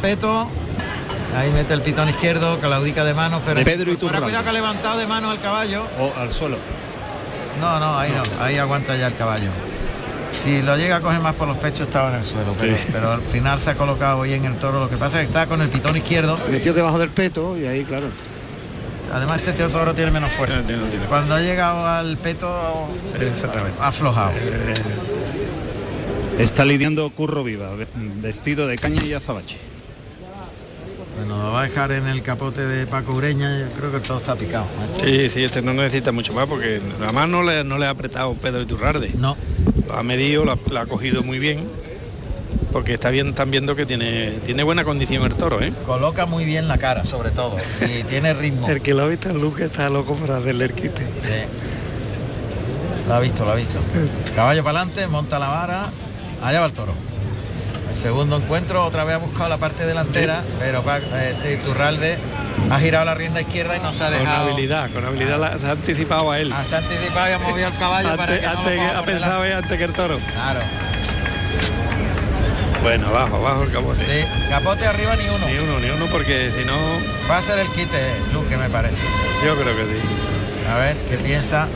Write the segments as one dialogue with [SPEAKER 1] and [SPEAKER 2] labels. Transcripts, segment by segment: [SPEAKER 1] respeto. Ahí mete el pitón izquierdo, claudica de manos, pero
[SPEAKER 2] De Pedro
[SPEAKER 1] y tú.
[SPEAKER 2] Iturralde.
[SPEAKER 1] cuidado que ha levantado de mano al caballo.
[SPEAKER 3] O al suelo.
[SPEAKER 1] No, no, ahí no, ahí aguanta ya el caballo. Si lo llega a coger más por los pechos estaba en el suelo, pero,
[SPEAKER 3] Sí.
[SPEAKER 1] pero al final se ha colocado bien el toro. Lo que pasa es que está con el pitón izquierdo.
[SPEAKER 4] Metió debajo del peto y ahí, claro.
[SPEAKER 1] Además este toro tiene menos fuerza.
[SPEAKER 3] No tiene- no tiene.
[SPEAKER 1] Cuando ha llegado al peto
[SPEAKER 3] Exactamente.
[SPEAKER 1] ha aflojado.
[SPEAKER 2] Está lidiando Curro Viva, ve- vestido de caña y azabache.
[SPEAKER 1] Bueno, lo va a dejar en el capote de Paco Ureña, yo creo que todo está picado. macho.
[SPEAKER 3] Sí, sí, este no necesita mucho más porque además no le, no le ha apretado Pedro Iturralde.
[SPEAKER 1] No,
[SPEAKER 3] Lo ha medido, lo ha, lo ha cogido muy bien. Porque está bien, están viendo que tiene, tiene buena condición el toro, ¿eh?
[SPEAKER 1] coloca muy bien la cara, sobre todo. Y tiene ritmo.
[SPEAKER 4] El que lo ha visto en Luque está loco para hacerle el quite.
[SPEAKER 1] Sí. Lo ha visto, lo ha visto. Caballo para adelante, monta la vara, allá va el toro. El segundo encuentro, otra vez ha buscado la parte delantera, pero pa- este Turralde ha girado la rienda izquierda y nos ha
[SPEAKER 3] Con
[SPEAKER 1] dejado.
[SPEAKER 3] habilidad, con habilidad la- se ha anticipado a él.
[SPEAKER 1] Ah, se ha anticipado y ha movido el caballo para
[SPEAKER 3] Antes-
[SPEAKER 1] que no lo
[SPEAKER 3] antes que-
[SPEAKER 1] coja
[SPEAKER 3] ha
[SPEAKER 1] por
[SPEAKER 3] pensado
[SPEAKER 1] delante.
[SPEAKER 3] él antes que el toro.
[SPEAKER 1] Claro.
[SPEAKER 3] Bueno, abajo, abajo el cabote.
[SPEAKER 1] Sí, Capote arriba ni uno.
[SPEAKER 3] Ni uno, ni uno, porque si no,
[SPEAKER 1] Va a hacer el quite, Luque, me parece.
[SPEAKER 3] yo creo que sí.
[SPEAKER 1] A ver, ¿qué piensa?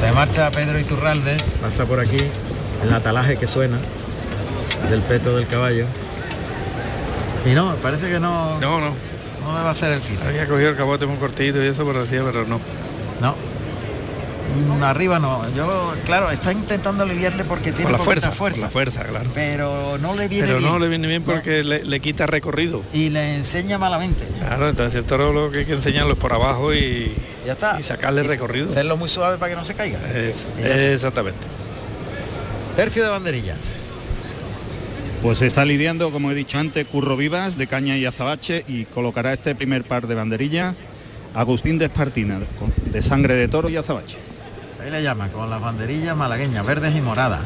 [SPEAKER 1] Se marcha Pedro Iturralde. Pasa por aquí, el atalaje que suena del peto del caballo. Y no, parece que no, no.
[SPEAKER 3] No, no,
[SPEAKER 1] le va a hacer el quito.
[SPEAKER 3] había cogido el cabote muy cortito y eso, pero hacía, pero no.
[SPEAKER 1] No. Mm, Arriba no. Yo, claro, está intentando aliviarle porque tiene
[SPEAKER 3] Con la
[SPEAKER 1] poquita
[SPEAKER 3] fuerza, fuerza. la fuerza, claro.
[SPEAKER 1] Pero no le viene
[SPEAKER 3] Pero
[SPEAKER 1] bien.
[SPEAKER 3] no le viene bien porque le, le quita recorrido.
[SPEAKER 1] Y le enseña malamente.
[SPEAKER 3] Claro, entonces el toro lo que hay que enseñarlo es por abajo y,
[SPEAKER 1] Ya está.
[SPEAKER 3] y sacarle recorrido. Eh.
[SPEAKER 1] Hacerlo muy suave para que no se caiga.
[SPEAKER 3] Es-
[SPEAKER 1] Y ya está.
[SPEAKER 3] exactamente.
[SPEAKER 1] Tercio de banderillas.
[SPEAKER 2] Pues está lidiando, como he dicho antes, Curro Vivas de caña y azabache y colocará este primer par de banderillas Agustín de Espartina, con- de sangre de toro y azabache.
[SPEAKER 1] Ahí le llama con las banderillas malagueñas, verdes y moradas.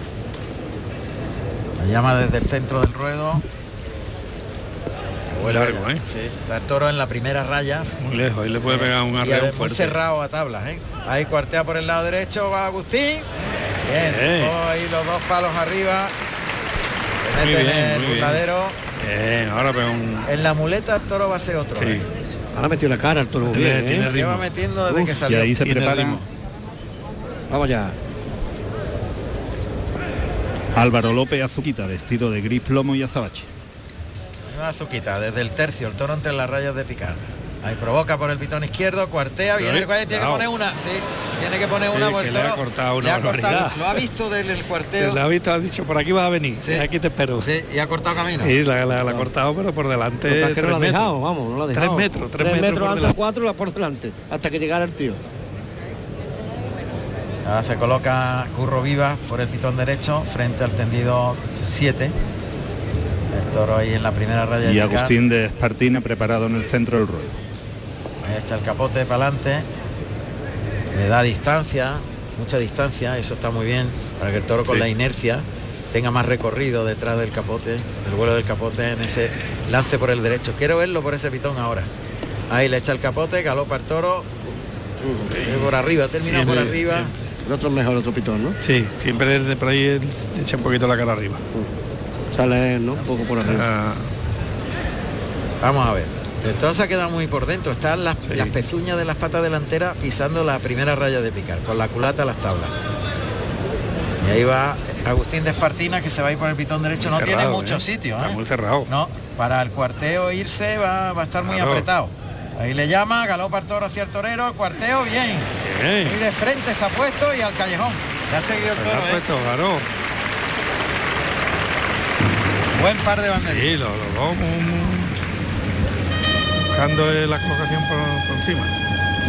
[SPEAKER 1] La llama desde el centro del ruedo.
[SPEAKER 3] Muy largo, ¿eh?
[SPEAKER 1] Sí, está el toro en la primera raya.
[SPEAKER 3] Muy lejos, ahí le puede pegar un
[SPEAKER 1] Eh, Y
[SPEAKER 3] arreo
[SPEAKER 1] además
[SPEAKER 3] fuerte.
[SPEAKER 1] cerrado a tablas, ¿eh? Ahí cuartea por el lado derecho, va Agustín. Bien,
[SPEAKER 3] Bien.
[SPEAKER 1] dejó ahí los dos palos arriba. Se
[SPEAKER 3] Muy
[SPEAKER 1] mete
[SPEAKER 3] bien,
[SPEAKER 1] en
[SPEAKER 3] muy
[SPEAKER 1] este el
[SPEAKER 3] bien.
[SPEAKER 1] burladero.
[SPEAKER 3] Bien, ahora pega un...
[SPEAKER 1] En la muleta el toro va a ser otro.
[SPEAKER 3] Sí,
[SPEAKER 1] ¿eh?
[SPEAKER 4] Ahora metió la cara el toro.
[SPEAKER 3] Tiene-
[SPEAKER 4] bien, ¿eh?
[SPEAKER 3] tiene-
[SPEAKER 1] Se lleva
[SPEAKER 3] ritmo.
[SPEAKER 1] metiendo desde
[SPEAKER 4] Uf,
[SPEAKER 1] que
[SPEAKER 4] y
[SPEAKER 2] Y
[SPEAKER 1] salió.
[SPEAKER 2] ahí se
[SPEAKER 3] Tiene
[SPEAKER 2] prepara
[SPEAKER 3] ritmo.
[SPEAKER 4] Vamos ya.
[SPEAKER 2] Álvaro López Azuquita, vestido de gris, plomo y azabache.
[SPEAKER 1] Una azuquita desde el tercio, el toro entre las rayas de picar. Ahí provoca por el pitón izquierdo, cuartea, viene
[SPEAKER 3] Pero,
[SPEAKER 1] el cuarteo, tiene que
[SPEAKER 3] claro.
[SPEAKER 1] poner una, sí, tiene que poner
[SPEAKER 3] Sí,
[SPEAKER 1] una porque
[SPEAKER 3] que
[SPEAKER 1] el
[SPEAKER 3] le ha
[SPEAKER 1] toro
[SPEAKER 3] cortado una
[SPEAKER 1] le ha cortado,
[SPEAKER 3] barbaridad.
[SPEAKER 1] lo ha visto del el cuarteo
[SPEAKER 3] la ha visto, ha dicho, por aquí vas a venir,
[SPEAKER 1] Sí.
[SPEAKER 3] aquí te espero.
[SPEAKER 1] sí, y ha cortado camino.
[SPEAKER 3] Sí, la, la- la ha cortado, pero por delante.
[SPEAKER 4] Eh, Lo que pasa es que no
[SPEAKER 3] tres
[SPEAKER 4] la ha
[SPEAKER 3] metros.
[SPEAKER 4] dejado, vamos, no la ha
[SPEAKER 3] Tres
[SPEAKER 4] dejado.
[SPEAKER 3] metros, tres metros
[SPEAKER 4] metros,
[SPEAKER 3] por
[SPEAKER 4] antes,
[SPEAKER 3] delante.
[SPEAKER 4] cuatro la por delante, hasta que llegara el tío.
[SPEAKER 1] Ahora se coloca Curro Vivas por el pitón derecho frente al tendido 7. El toro ahí en la primera raya
[SPEAKER 2] Y
[SPEAKER 1] de picar.
[SPEAKER 2] Agustín de Espartina preparado en el centro del ruedo.
[SPEAKER 1] Ahí echa el capote para adelante. Le da distancia, mucha distancia, eso está muy bien, para que el toro con
[SPEAKER 3] Sí.
[SPEAKER 1] la inercia tenga más recorrido detrás del capote, del vuelo del capote en ese lance por el derecho. Quiero verlo por ese pitón ahora. Ahí le echa el capote, galopa el toro. Eh, Por arriba, termina
[SPEAKER 3] Sí,
[SPEAKER 1] por
[SPEAKER 3] le-
[SPEAKER 1] arriba.
[SPEAKER 4] El otro es mejor, el otro pitón, ¿no?
[SPEAKER 3] Sí, siempre desde por ahí él le echa un poquito la cara arriba.
[SPEAKER 4] Sale, ¿no? Un poco por arriba.
[SPEAKER 3] Ah,
[SPEAKER 1] Vamos a ver. El toro se ha quedado muy por dentro. Están las,
[SPEAKER 3] Sí.
[SPEAKER 1] las pezuñas de las patas delanteras pisando la primera raya de picar, con la culata a las tablas. Y ahí va Agustín de Espartina que se va a ir por el pitón derecho. No
[SPEAKER 3] cerrado,
[SPEAKER 1] tiene
[SPEAKER 3] ¿eh?
[SPEAKER 1] mucho sitio.
[SPEAKER 3] Está
[SPEAKER 1] ¿eh?
[SPEAKER 3] muy cerrado.
[SPEAKER 1] No, para el cuarteo irse va, va a estar muy
[SPEAKER 3] Claro.
[SPEAKER 1] apretado. Ahí le llama, galopa el toro hacia el torero, el cuarteo, bien.
[SPEAKER 3] Bien.
[SPEAKER 1] Y de frente se ha puesto y al callejón. Le ha seguido el
[SPEAKER 3] Pues
[SPEAKER 1] toro,
[SPEAKER 3] ha
[SPEAKER 1] ¿eh?
[SPEAKER 3] puesto, claro.
[SPEAKER 1] Buen par de banderillas.
[SPEAKER 3] Sí, lo, lo, lo- muy- muy- buscando eh, la colocación por, por encima.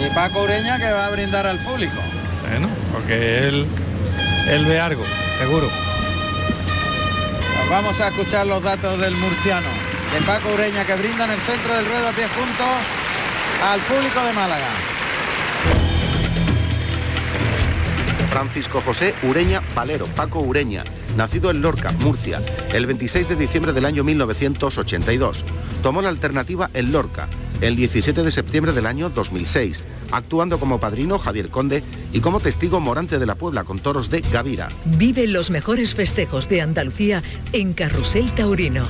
[SPEAKER 1] Y Paco Ureña que va a brindar al público.
[SPEAKER 3] Bueno, porque él, él ve algo, seguro.
[SPEAKER 1] Nos Vamos a escuchar los datos del murciano, de Paco Ureña, que brinda en el centro del ruedo a pies juntos al público de Málaga.
[SPEAKER 5] Francisco José Ureña Valero, Paco Ureña, nacido en Lorca, Murcia, el 26 de diciembre del año 1982. Tomó la alternativa en Lorca el 17 de septiembre del año 2006, actuando como padrino Javier Conde y como testigo Morante de la Puebla con toros de Gavira.
[SPEAKER 6] Vive los mejores festejos de Andalucía en Carrusel Taurino.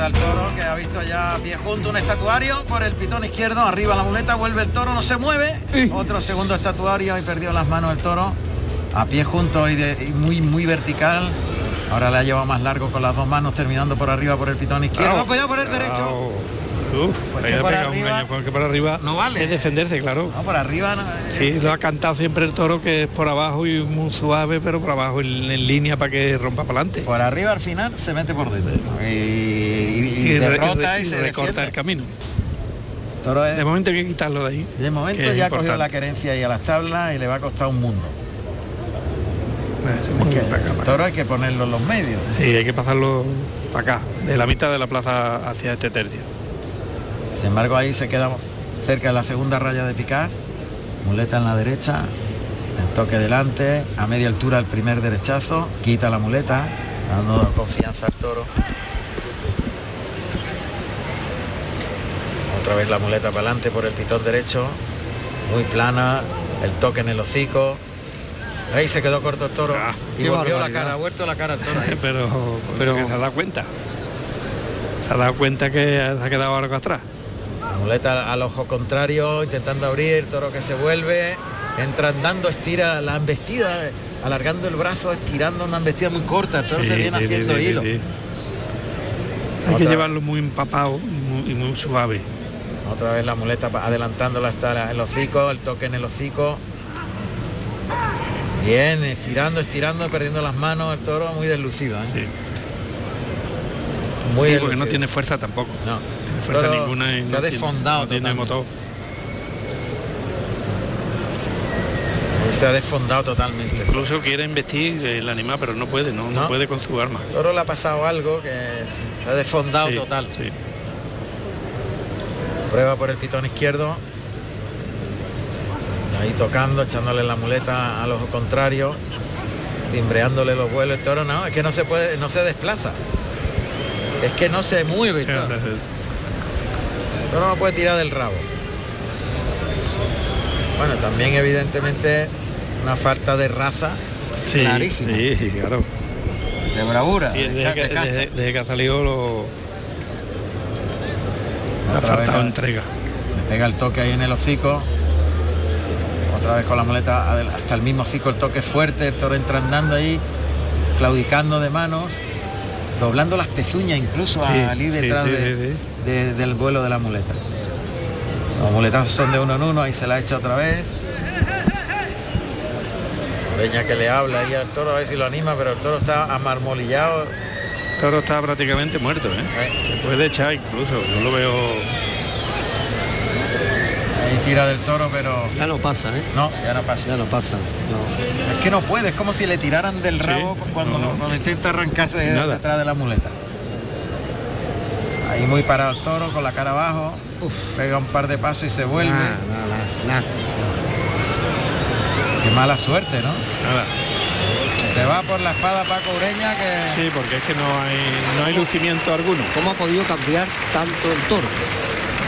[SPEAKER 1] ha visto ya pie junto un estatuario por el pitón izquierdo, arriba la muleta, vuelve el toro, no se mueve. Otro segundo estatuario y perdió las manos el toro. A pie junto y, de- y muy, muy vertical. Ahora la lleva más largo con las dos manos, terminando por arriba por el pitón izquierdo.
[SPEAKER 3] Au.
[SPEAKER 1] Cuidado por el derecho.
[SPEAKER 3] Au. Uf,
[SPEAKER 1] Pues
[SPEAKER 3] le
[SPEAKER 1] que
[SPEAKER 3] ha
[SPEAKER 1] para
[SPEAKER 3] pegado un
[SPEAKER 1] arriba-
[SPEAKER 3] cañazo, que para arriba
[SPEAKER 1] No vale.
[SPEAKER 3] es defenderse, claro.
[SPEAKER 1] No, por arriba. no, eh,
[SPEAKER 3] Sí, lo ha cantado siempre el toro que es por abajo y muy suave, pero por abajo en, en línea para que rompa para adelante.
[SPEAKER 1] Por arriba al final se mete por dentro. Y, y- y
[SPEAKER 3] re-
[SPEAKER 1] derrota
[SPEAKER 3] re-
[SPEAKER 1] y,
[SPEAKER 3] y
[SPEAKER 1] se
[SPEAKER 3] recorta el
[SPEAKER 1] defiende.
[SPEAKER 3] camino.
[SPEAKER 1] Toro es-
[SPEAKER 3] De momento hay que quitarlo de ahí.
[SPEAKER 1] de momento
[SPEAKER 3] que es
[SPEAKER 1] ya ha cogido
[SPEAKER 3] importante.
[SPEAKER 1] la querencia y a las tablas y le va a costar un mundo.
[SPEAKER 3] Eh, se mueve para acá, para acá.
[SPEAKER 1] Toro hay que ponerlo en los medios.
[SPEAKER 3] Sí, hay que pasarlo para acá, de la mitad de la plaza hacia este tercio.
[SPEAKER 1] Sin embargo, ahí se queda cerca de la segunda raya de picar. Muleta en la derecha, el toque delante, a media altura el primer derechazo, quita la muleta, dando confianza al toro. Otra vez la muleta para adelante por el pitón derecho, muy plana, el toque en el hocico. Ahí se quedó corto el toro
[SPEAKER 3] Ah,
[SPEAKER 1] y
[SPEAKER 4] qué
[SPEAKER 1] volvió la
[SPEAKER 4] barbaridad.
[SPEAKER 1] cara, ha vuelto la cara al toro. ahí.
[SPEAKER 3] Pero,
[SPEAKER 4] Pero-
[SPEAKER 3] pero se ha dado cuenta. Se ha dado cuenta que se ha quedado algo atrás.
[SPEAKER 1] La Muleta al ojo contrario, intentando abrir, toro que se vuelve, entra andando, estira la embestida, eh, alargando el brazo, estirando una embestida muy corta, el toro se
[SPEAKER 3] Sí,
[SPEAKER 1] viene
[SPEAKER 3] sí, sí,
[SPEAKER 1] haciendo
[SPEAKER 3] sí, sí,
[SPEAKER 1] hilo.
[SPEAKER 3] sí. Hay que
[SPEAKER 1] Otra-
[SPEAKER 3] llevarlo muy empapado y muy, y muy suave.
[SPEAKER 1] Otra vez la muleta pa- adelantándola hasta la- el hocico, el toque en el hocico. Bien, estirando, estirando, perdiendo las manos, el toro muy deslucido. ¿eh?
[SPEAKER 3] Sí.
[SPEAKER 1] Muy
[SPEAKER 3] Sí, porque no
[SPEAKER 1] deslucido.
[SPEAKER 3] tiene fuerza tampoco.
[SPEAKER 1] No.
[SPEAKER 3] Tiene fuerza
[SPEAKER 1] Toro
[SPEAKER 3] ninguna. y
[SPEAKER 1] se
[SPEAKER 3] no
[SPEAKER 1] ha
[SPEAKER 3] tiene-
[SPEAKER 1] desfondado
[SPEAKER 3] no tiene
[SPEAKER 1] totalmente.
[SPEAKER 3] motor.
[SPEAKER 1] Se ha desfondado totalmente.
[SPEAKER 3] Incluso quiere investir el animal, pero no puede, no, no
[SPEAKER 1] No.
[SPEAKER 3] puede con su arma.
[SPEAKER 1] El toro le ha pasado algo que se ha desfondado
[SPEAKER 3] Sí,
[SPEAKER 1] total.
[SPEAKER 3] sí.
[SPEAKER 1] Prueba por el pitón izquierdo. Ahí tocando, echándole la muleta al ojo contrario, timbreándole los vuelos. El toro no, es que no se puede, no se desplaza. Es que no se mueve. El toro, El toro no puede tirar del rabo. Bueno, también evidentemente una falta de raza
[SPEAKER 3] Sí,
[SPEAKER 1] clarísima,
[SPEAKER 3] sí, sí, claro.
[SPEAKER 1] de bravura,
[SPEAKER 3] Sí,
[SPEAKER 1] de ca-
[SPEAKER 3] desde, que,
[SPEAKER 1] de cacha.
[SPEAKER 3] desde- desde que ha salido lo, ha
[SPEAKER 1] Otra
[SPEAKER 3] faltado
[SPEAKER 1] vez-
[SPEAKER 3] entrega.
[SPEAKER 1] Le pega el toque ahí en el hocico. Otra vez con la muleta adel- hasta el mismo hocico, el toque fuerte, el toro entra andando ahí, claudicando de manos, doblando las pezuñas incluso
[SPEAKER 3] Sí,
[SPEAKER 1] a- allí
[SPEAKER 3] sí,
[SPEAKER 1] detrás
[SPEAKER 3] sí,
[SPEAKER 1] de-
[SPEAKER 3] sí,
[SPEAKER 1] de- del vuelo de la muleta. Los muletazos son de uno en uno, ahí se la echa otra vez. Peña que le habla ahí al toro a ver si lo anima, pero el toro está amarmolillado.
[SPEAKER 3] El toro está prácticamente muerto, ¿eh?
[SPEAKER 1] Eh,
[SPEAKER 3] Se puede echar incluso, yo lo veo.
[SPEAKER 1] Ahí tira del toro, pero
[SPEAKER 4] Ya no pasa, ¿eh?
[SPEAKER 1] no, ya no pasa.
[SPEAKER 4] Ya no pasa. No.
[SPEAKER 1] Es que no puede, es como si le tiraran del
[SPEAKER 3] Sí,
[SPEAKER 1] rabo cuando,
[SPEAKER 3] no, no.
[SPEAKER 1] cuando intenta arrancarse de-
[SPEAKER 3] Nada.
[SPEAKER 1] detrás de la muleta. Ahí muy parado el toro, con la cara abajo, pega un par de pasos y se vuelve.
[SPEAKER 3] Ah,
[SPEAKER 4] Nah, nah, nah, nah.
[SPEAKER 1] Qué mala suerte, ¿no?
[SPEAKER 3] Nada.
[SPEAKER 1] Se va por la espada Paco Ureña que...
[SPEAKER 3] Sí, porque es que no hay, no hay lucimiento alguno.
[SPEAKER 4] ¿Cómo ha podido cambiar tanto el toro?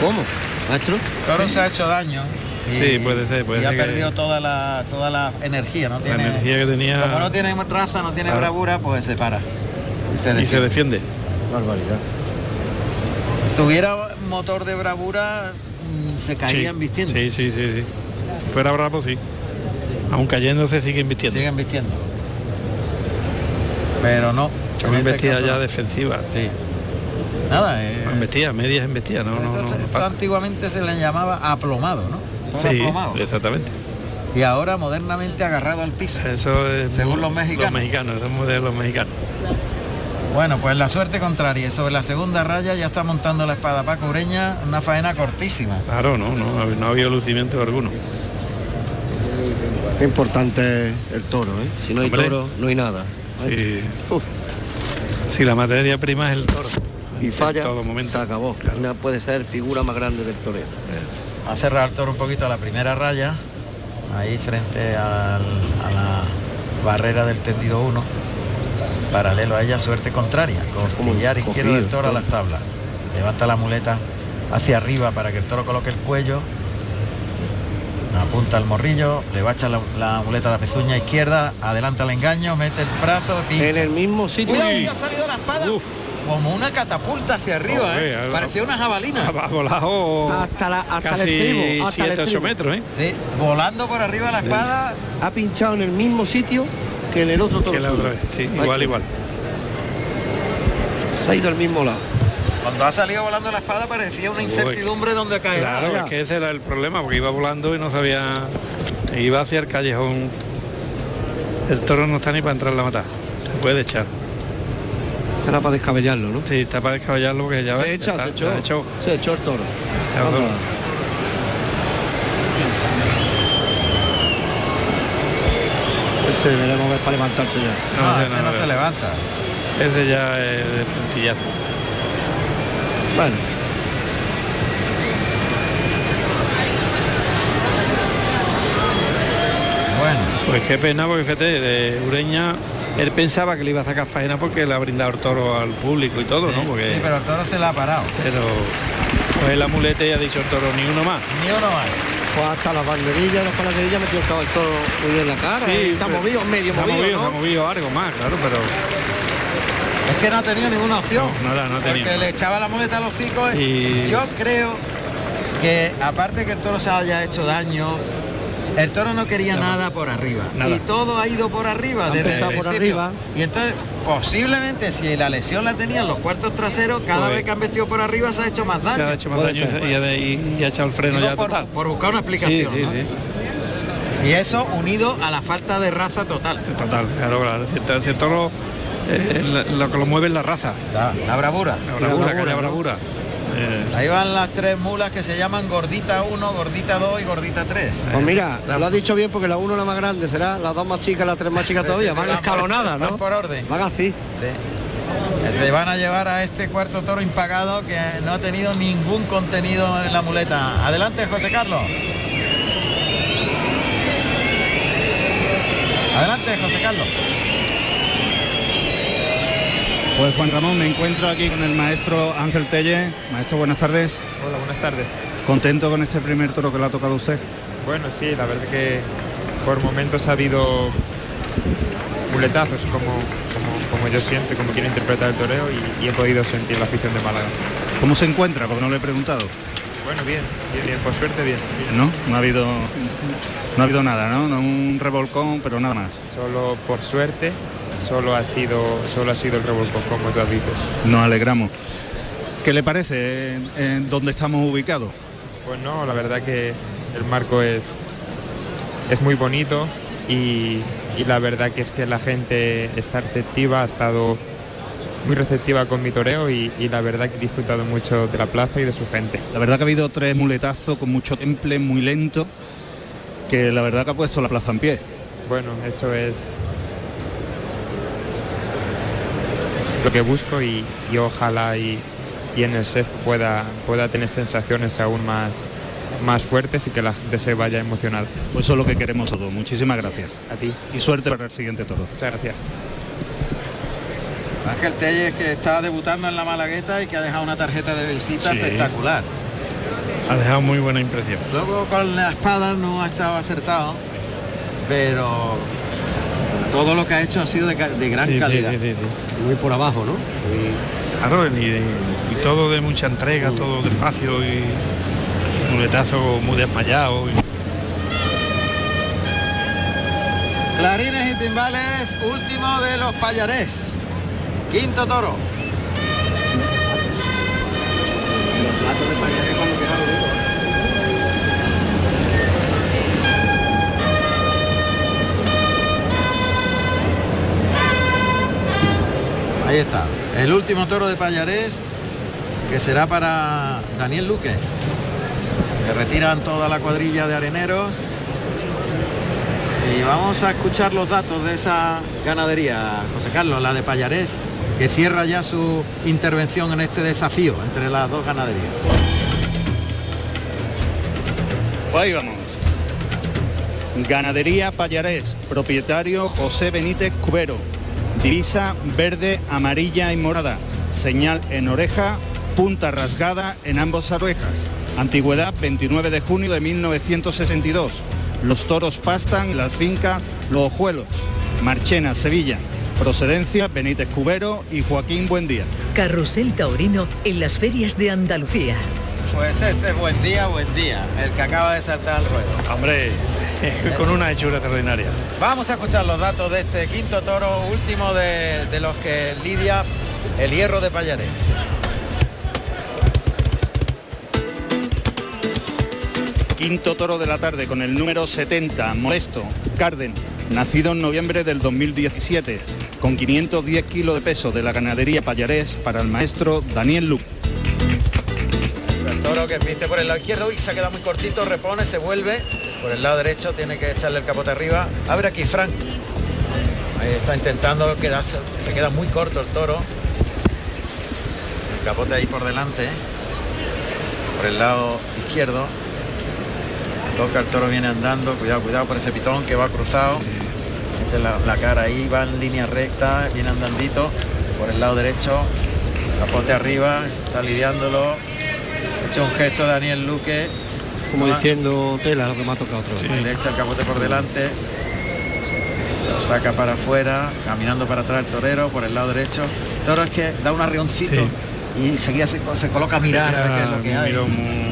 [SPEAKER 4] ¿Cómo? Maestro,
[SPEAKER 1] El toro se ha hecho daño.
[SPEAKER 3] Sí, puede ser, puede
[SPEAKER 1] y ha
[SPEAKER 3] ser que-
[SPEAKER 1] perdido toda la toda la energía, ¿no?
[SPEAKER 3] La
[SPEAKER 1] Tiene,
[SPEAKER 3] energía que
[SPEAKER 1] Como no
[SPEAKER 3] tenía
[SPEAKER 1] tiene raza, no tiene
[SPEAKER 3] Claro.
[SPEAKER 1] bravura, pues se para. Y se
[SPEAKER 3] y se
[SPEAKER 1] defiende.
[SPEAKER 3] defiende.
[SPEAKER 4] barbaridad.
[SPEAKER 1] Tuviera motor de bravura, mm, se caían
[SPEAKER 3] sí.
[SPEAKER 1] vistiendo.
[SPEAKER 3] Sí, sí, sí, sí. Si fuera bravo, sí. Aún cayéndose sigue invirtiendo.
[SPEAKER 1] Siguen vistiendo. Pero no.
[SPEAKER 3] Son
[SPEAKER 1] en este
[SPEAKER 3] embestidas
[SPEAKER 1] caso
[SPEAKER 3] ya
[SPEAKER 1] no.
[SPEAKER 3] defensivas.
[SPEAKER 1] Sí. Nada, eh,
[SPEAKER 3] Embestidas, medias embestidas, no, no, no,
[SPEAKER 1] esto se-
[SPEAKER 3] no
[SPEAKER 1] esto
[SPEAKER 3] pasa.
[SPEAKER 1] antiguamente se le llamaba aplomado, ¿no? Son
[SPEAKER 3] Sí,
[SPEAKER 1] aplomados.
[SPEAKER 3] exactamente.
[SPEAKER 1] Y ahora modernamente agarrado al piso.
[SPEAKER 3] Eso es
[SPEAKER 1] Según
[SPEAKER 3] muy-
[SPEAKER 1] los mexicanos.
[SPEAKER 3] Los mexicanos, somos de los mexicanos.
[SPEAKER 1] Bueno, pues la suerte contraria. Sobre la segunda raya ya está montando la espada Paco Ureña, una faena cortísima.
[SPEAKER 3] Claro, no, no, no ha habido lucimiento alguno.
[SPEAKER 4] Qué importante es el toro, ¿eh? Si no hay
[SPEAKER 3] Hombre.
[SPEAKER 4] toro, no hay nada.
[SPEAKER 3] Sí. Sí, la materia prima es el toro.
[SPEAKER 4] Y falla,
[SPEAKER 3] En todo momento.
[SPEAKER 4] se acabó. No puede ser figura más grande del toreo.
[SPEAKER 1] Ha cerrado el toro un poquito a la primera raya, ahí frente al- a la barrera del tendido 1, paralelo a ella, suerte contraria, costillar
[SPEAKER 4] cogido,
[SPEAKER 1] izquierdo del toro a
[SPEAKER 4] todo.
[SPEAKER 1] las tablas. Levanta la muleta hacia arriba para que el toro coloque el cuello, apunta al morrillo, le va a echar la, la muleta a la pezuña izquierda, adelanta el engaño, mete el brazo,
[SPEAKER 4] En
[SPEAKER 1] pincha.
[SPEAKER 4] el mismo sitio.
[SPEAKER 1] ¡Cuidado, ya ha salido la espada!
[SPEAKER 3] Uf.
[SPEAKER 1] como una catapulta hacia arriba,
[SPEAKER 3] Hombre,
[SPEAKER 1] ¿eh?
[SPEAKER 3] ha-
[SPEAKER 1] parecía una jabalina.
[SPEAKER 3] Ha volado
[SPEAKER 4] Hasta la- hasta el
[SPEAKER 3] casi
[SPEAKER 4] estribo, hasta el
[SPEAKER 3] 7, 8
[SPEAKER 4] estribo.
[SPEAKER 3] metros, ¿eh?
[SPEAKER 1] Sí, volando por arriba la espada.
[SPEAKER 4] Ha pinchado en el mismo sitio que en el otro toro.
[SPEAKER 3] Que la otra
[SPEAKER 4] sur.
[SPEAKER 3] vez. Sí,
[SPEAKER 4] Ha
[SPEAKER 3] igual,
[SPEAKER 4] hecho-
[SPEAKER 3] igual.
[SPEAKER 4] Se ha ido al mismo lado.
[SPEAKER 1] Cuando ha salido volando la espada parecía una incertidumbre donde caerá.
[SPEAKER 3] Claro,
[SPEAKER 4] ya.
[SPEAKER 3] es que ese era el problema, porque iba volando y no sabía. Iba hacia el callejón. El toro no está ni para entrar la matar. Se puede echar.
[SPEAKER 4] Será para descabellarlo, ¿no?
[SPEAKER 3] Sí, está para descabellarlo porque ya
[SPEAKER 4] Se
[SPEAKER 3] ves,
[SPEAKER 4] echa,
[SPEAKER 3] está-
[SPEAKER 4] se
[SPEAKER 3] está
[SPEAKER 4] echó.
[SPEAKER 3] hecho.
[SPEAKER 4] Se echó el toro.
[SPEAKER 3] Se ha
[SPEAKER 4] Anda.
[SPEAKER 3] dado.
[SPEAKER 4] Ese veremos ver para levantarse ya.
[SPEAKER 1] No,
[SPEAKER 3] No, ese
[SPEAKER 1] ese
[SPEAKER 3] no,
[SPEAKER 1] no
[SPEAKER 3] no.
[SPEAKER 1] se levanta.
[SPEAKER 3] Ese ya es de puntillazo.
[SPEAKER 4] Bueno.
[SPEAKER 1] Bueno,
[SPEAKER 3] Pues qué pena, porque fíjate, de Ureña, él pensaba que le iba a sacar faena porque le ha brindado el toro al público y todo,
[SPEAKER 1] sí,
[SPEAKER 3] ¿no? Porque,
[SPEAKER 1] sí, pero el toro se la ha parado.
[SPEAKER 3] pero pues la muleta y ha dicho el toro, ni uno más.
[SPEAKER 1] Ni uno más.
[SPEAKER 4] Pues hasta las banderillas, las banderillas metió el caballo todo muy bien en la cara. y eh, se ha
[SPEAKER 3] pero-
[SPEAKER 4] movido, medio
[SPEAKER 3] se ha
[SPEAKER 4] movido,
[SPEAKER 3] se ha
[SPEAKER 4] ¿no?
[SPEAKER 3] movido algo más, claro, pero
[SPEAKER 1] Es que no ha tenido ninguna opción.
[SPEAKER 3] No, nada, no ha tenido.
[SPEAKER 1] Porque le echaba la muleta a los hocicos.
[SPEAKER 3] Y-
[SPEAKER 1] Yo creo que aparte que el toro se haya hecho daño, el toro no quería nada por arriba.
[SPEAKER 3] Nada.
[SPEAKER 1] Y todo ha ido por arriba desde el
[SPEAKER 4] empezado por
[SPEAKER 1] principio.
[SPEAKER 4] arriba.
[SPEAKER 1] Y entonces, posiblemente si la lesión la tenían los cuartos traseros, cada
[SPEAKER 3] Pues-
[SPEAKER 1] vez que han vestido por arriba se ha hecho más
[SPEAKER 3] se ha
[SPEAKER 1] daño.
[SPEAKER 3] hecho más
[SPEAKER 4] Puede
[SPEAKER 3] daño
[SPEAKER 4] ser.
[SPEAKER 3] y, ha- y- y ha echado el freno
[SPEAKER 1] Digo,
[SPEAKER 3] ya
[SPEAKER 1] por,
[SPEAKER 3] total.
[SPEAKER 1] por buscar una
[SPEAKER 3] Sí,
[SPEAKER 1] explicación.
[SPEAKER 3] sí,
[SPEAKER 1] ¿no?
[SPEAKER 3] sí.
[SPEAKER 1] Y eso unido a la falta de raza total.
[SPEAKER 3] Total, claro, claro. Si el- si el toro, eh, la- lo que lo mueve es la raza,
[SPEAKER 1] La, la bravura.
[SPEAKER 3] la bravura, que
[SPEAKER 4] bravura,
[SPEAKER 3] haya
[SPEAKER 4] ¿no?
[SPEAKER 3] bravura. Eh,
[SPEAKER 1] Ahí van las tres mulas que se llaman gordita 1, gordita 2 y gordita 3.
[SPEAKER 4] Pues mira,
[SPEAKER 3] Eh,
[SPEAKER 4] lo has dicho bien porque la 1 la más grande será, las dos más chicas, las tres más chicas
[SPEAKER 1] Sí,
[SPEAKER 4] todavía,
[SPEAKER 1] sí, sí,
[SPEAKER 4] van
[SPEAKER 1] van por-
[SPEAKER 4] escalonadas, ¿no?
[SPEAKER 1] van por orden.
[SPEAKER 4] Van así.
[SPEAKER 1] Sí. Se van a llevar a este cuarto toro impagado que no ha tenido ningún contenido en la muleta. Adelante, José Carlos. Adelante, José Carlos.
[SPEAKER 2] Pues Juan Ramón, me encuentro aquí con el maestro Ángel Telle. Maestro, buenas tardes.
[SPEAKER 6] Hola, buenas tardes.
[SPEAKER 2] ¿Contento con este primer toro que le ha tocado a usted?
[SPEAKER 6] Bueno, sí, la verdad que por momentos ha habido muletazos, como, como, como yo siento, como quiero interpretar el toreo y, y he podido sentir la afición de Málaga.
[SPEAKER 2] ¿Cómo se encuentra? Porque no le he preguntado.
[SPEAKER 6] Bueno, bien, bien, bien, por suerte bien. bien.
[SPEAKER 2] No, no ha habido, no ha habido nada, ¿no? No un revolcón, pero nada más.
[SPEAKER 6] Solo por suerte, solo ha sido, solo ha sido el revolcón, como tú has dicho.
[SPEAKER 2] Nos alegramos. ¿Qué le parece eh, eh, dónde estamos ubicados?
[SPEAKER 6] Pues no, la verdad que el marco es, es muy bonito y, y la verdad que es que la gente está receptiva, ha estado muy receptiva con mi toreo y, y la verdad que he disfrutado mucho de la plaza y de su gente.
[SPEAKER 2] La verdad que ha habido tres muletazos con mucho temple, muy lento, que la verdad que ha puesto la plaza en pie.
[SPEAKER 6] Bueno, eso es lo que busco y, y ojalá y, y en el sexto pueda, pueda tener sensaciones aún más, más fuertes y que la gente se vaya emocionada.
[SPEAKER 2] Pues eso es lo que queremos todos. Muchísimas gracias.
[SPEAKER 6] A ti,
[SPEAKER 2] Y suerte para el siguiente toro.
[SPEAKER 6] muchas gracias.
[SPEAKER 1] Ángel Telles que está debutando en la Malagueta y que ha dejado una tarjeta de visita
[SPEAKER 3] Sí.
[SPEAKER 1] espectacular.
[SPEAKER 3] ha dejado muy buena impresión.
[SPEAKER 1] Luego con la espada no ha estado acertado, pero todo lo que ha hecho ha sido de, ca- de gran
[SPEAKER 3] Sí, sí,
[SPEAKER 1] calidad.
[SPEAKER 3] sí, sí, sí.
[SPEAKER 4] Muy por abajo, ¿no?
[SPEAKER 3] Claro, y, de- y todo de mucha entrega,
[SPEAKER 1] Uh.
[SPEAKER 3] todo despacio y muletazo muy desmayado. y-
[SPEAKER 1] Clarines y timbales, último de los payarés. Quinto toro. Ahí está, el último toro de Payarés, que será para Daniel Luque. Se retiran toda la cuadrilla de areneros y vamos a escuchar los datos de esa ganadería, José Carlos, la de Payarés, que cierra ya su intervención en este desafío entre las dos ganaderías.
[SPEAKER 2] Pues ahí vamos. Ganadería Payarés, propietario José Benítez Cubero. Divisa verde, amarilla y morada. Señal en oreja, punta rasgada en ambos orejas. Antigüedad 29 de junio de 1962. Los toros pastan en la finca Los Ojuelos, Marchena, Sevilla. Procedencia Benítez Cubero y Joaquín Buendía.
[SPEAKER 7] Carrusel Taurino en las ferias de Andalucía.
[SPEAKER 1] Pues este es buen día, buen día, el que acaba de saltar al ruedo.
[SPEAKER 3] Hombre, con una hechura extraordinaria.
[SPEAKER 1] Vamos a escuchar los datos de este quinto toro, último de, de los que lidia el hierro de Payares.
[SPEAKER 2] Quinto toro de la tarde con el número 70, Modesto Carden, nacido en noviembre del 2017, con 510 kilos de peso de la ganadería Payarés para el maestro Daniel Luc.
[SPEAKER 1] El toro que viste por el lado izquierdo y se ha quedado muy cortito, repone, se vuelve. Por el lado derecho tiene que echarle el capote arriba. Abre aquí, Frank. Ahí está intentando quedarse, se queda muy corto el toro. El capote ahí por delante, por el lado izquierdo. Toca el toro, viene andando, cuidado, cuidado por ese pitón que va cruzado. Mete la, la cara ahí, va en línea recta, viene andandito por el lado derecho. Capote arriba, está lidiándolo. Ha hecho un gesto Daniel Luque.
[SPEAKER 4] Como
[SPEAKER 1] Va-
[SPEAKER 4] diciendo tela lo que me ha tocado otro.
[SPEAKER 1] le echa el capote por delante. Lo saca para afuera, caminando para atrás el torero, por el lado derecho. El toro es que da un arrioncito y seguía se, se coloca a mirar a ver qué es lo que hay.
[SPEAKER 3] Miró mu-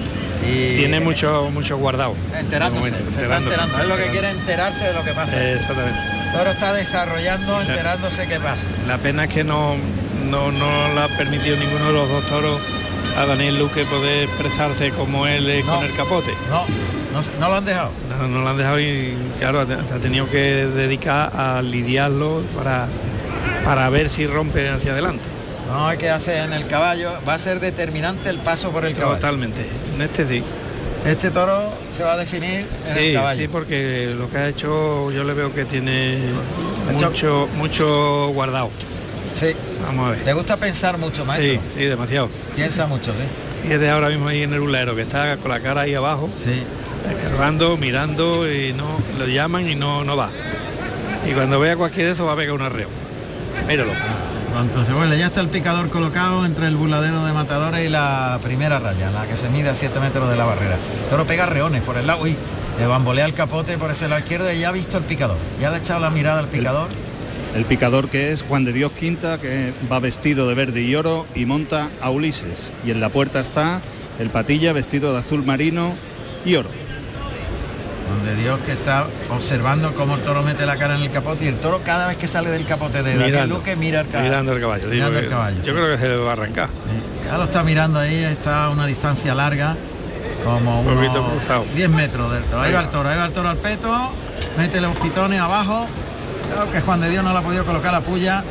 [SPEAKER 1] Y-
[SPEAKER 3] Tiene mucho, mucho guardado.
[SPEAKER 1] Enterándose,
[SPEAKER 3] De momento,
[SPEAKER 1] se está
[SPEAKER 3] enterándose.
[SPEAKER 1] enterando. Es lo que quiere enterarse de lo que pasa.
[SPEAKER 3] Eh, Exactamente.
[SPEAKER 1] El toro está desarrollando, enterándose qué pasa.
[SPEAKER 3] La pena es que no, no, no le ha permitido ninguno de los dos toros a Daniel Luque poder expresarse como él es
[SPEAKER 1] No.
[SPEAKER 3] con el capote.
[SPEAKER 1] No, no, se- no lo han dejado.
[SPEAKER 3] No, no lo han dejado y claro, se ha tenido que dedicar a lidiarlo para, para ver si rompe hacia adelante.
[SPEAKER 1] No hay que hacer en el caballo. Va a ser determinante el paso por el caballo.
[SPEAKER 3] Totalmente. En este sí.
[SPEAKER 1] Este toro se va a definir en el
[SPEAKER 3] Sí,
[SPEAKER 1] caballo.
[SPEAKER 3] sí, porque lo que ha hecho yo le veo que tiene
[SPEAKER 1] Ha hecho-
[SPEAKER 3] mucho, mucho guardado.
[SPEAKER 1] Sí.
[SPEAKER 3] Vamos a ver.
[SPEAKER 1] Le gusta pensar mucho, maestro.
[SPEAKER 3] Sí, sí, demasiado.
[SPEAKER 1] Piensa mucho, sí.
[SPEAKER 3] Y es de ahora mismo ahí en el ulero, que está con la cara ahí abajo,
[SPEAKER 1] Sí.
[SPEAKER 3] escarbando, mirando y no lo llaman y no, no va. Y cuando vea cualquier de eso va a pegar un arreo. Míralo.
[SPEAKER 1] Cuanto se vuelve, ya está el picador colocado entre el burladero de matadores y la primera raya, la que se mide a 7 metros de la barrera. El Toro pega reones por el lado y le bambolea el capote por ese lado izquierdo y ya ha visto el picador. Ya le ha echado la mirada al picador.
[SPEAKER 2] El picador que es Juan de Dios Quinta, que va vestido de verde y oro y monta a Ulises. Y en la puerta está el patilla vestido de azul marino y oro.
[SPEAKER 1] Donde Dios que está observando cómo el toro mete la cara en el capote y el toro cada vez que sale del capote de Daniel Luque mira el caballo.
[SPEAKER 3] mirando el caballo. digo
[SPEAKER 1] Mirando
[SPEAKER 3] que-
[SPEAKER 1] el caballo, sí.
[SPEAKER 3] Yo creo que se va a arrancar.
[SPEAKER 1] Sí. Ya lo Eh, está mirando ahí, está a una distancia larga, como unos
[SPEAKER 3] poquito cruzado.
[SPEAKER 1] 10 metros del toro. Ahí va el toro, ahí va el toro al peto, mete los pitones abajo. Creo que Juan de Dios no la ha podido colocar la puya.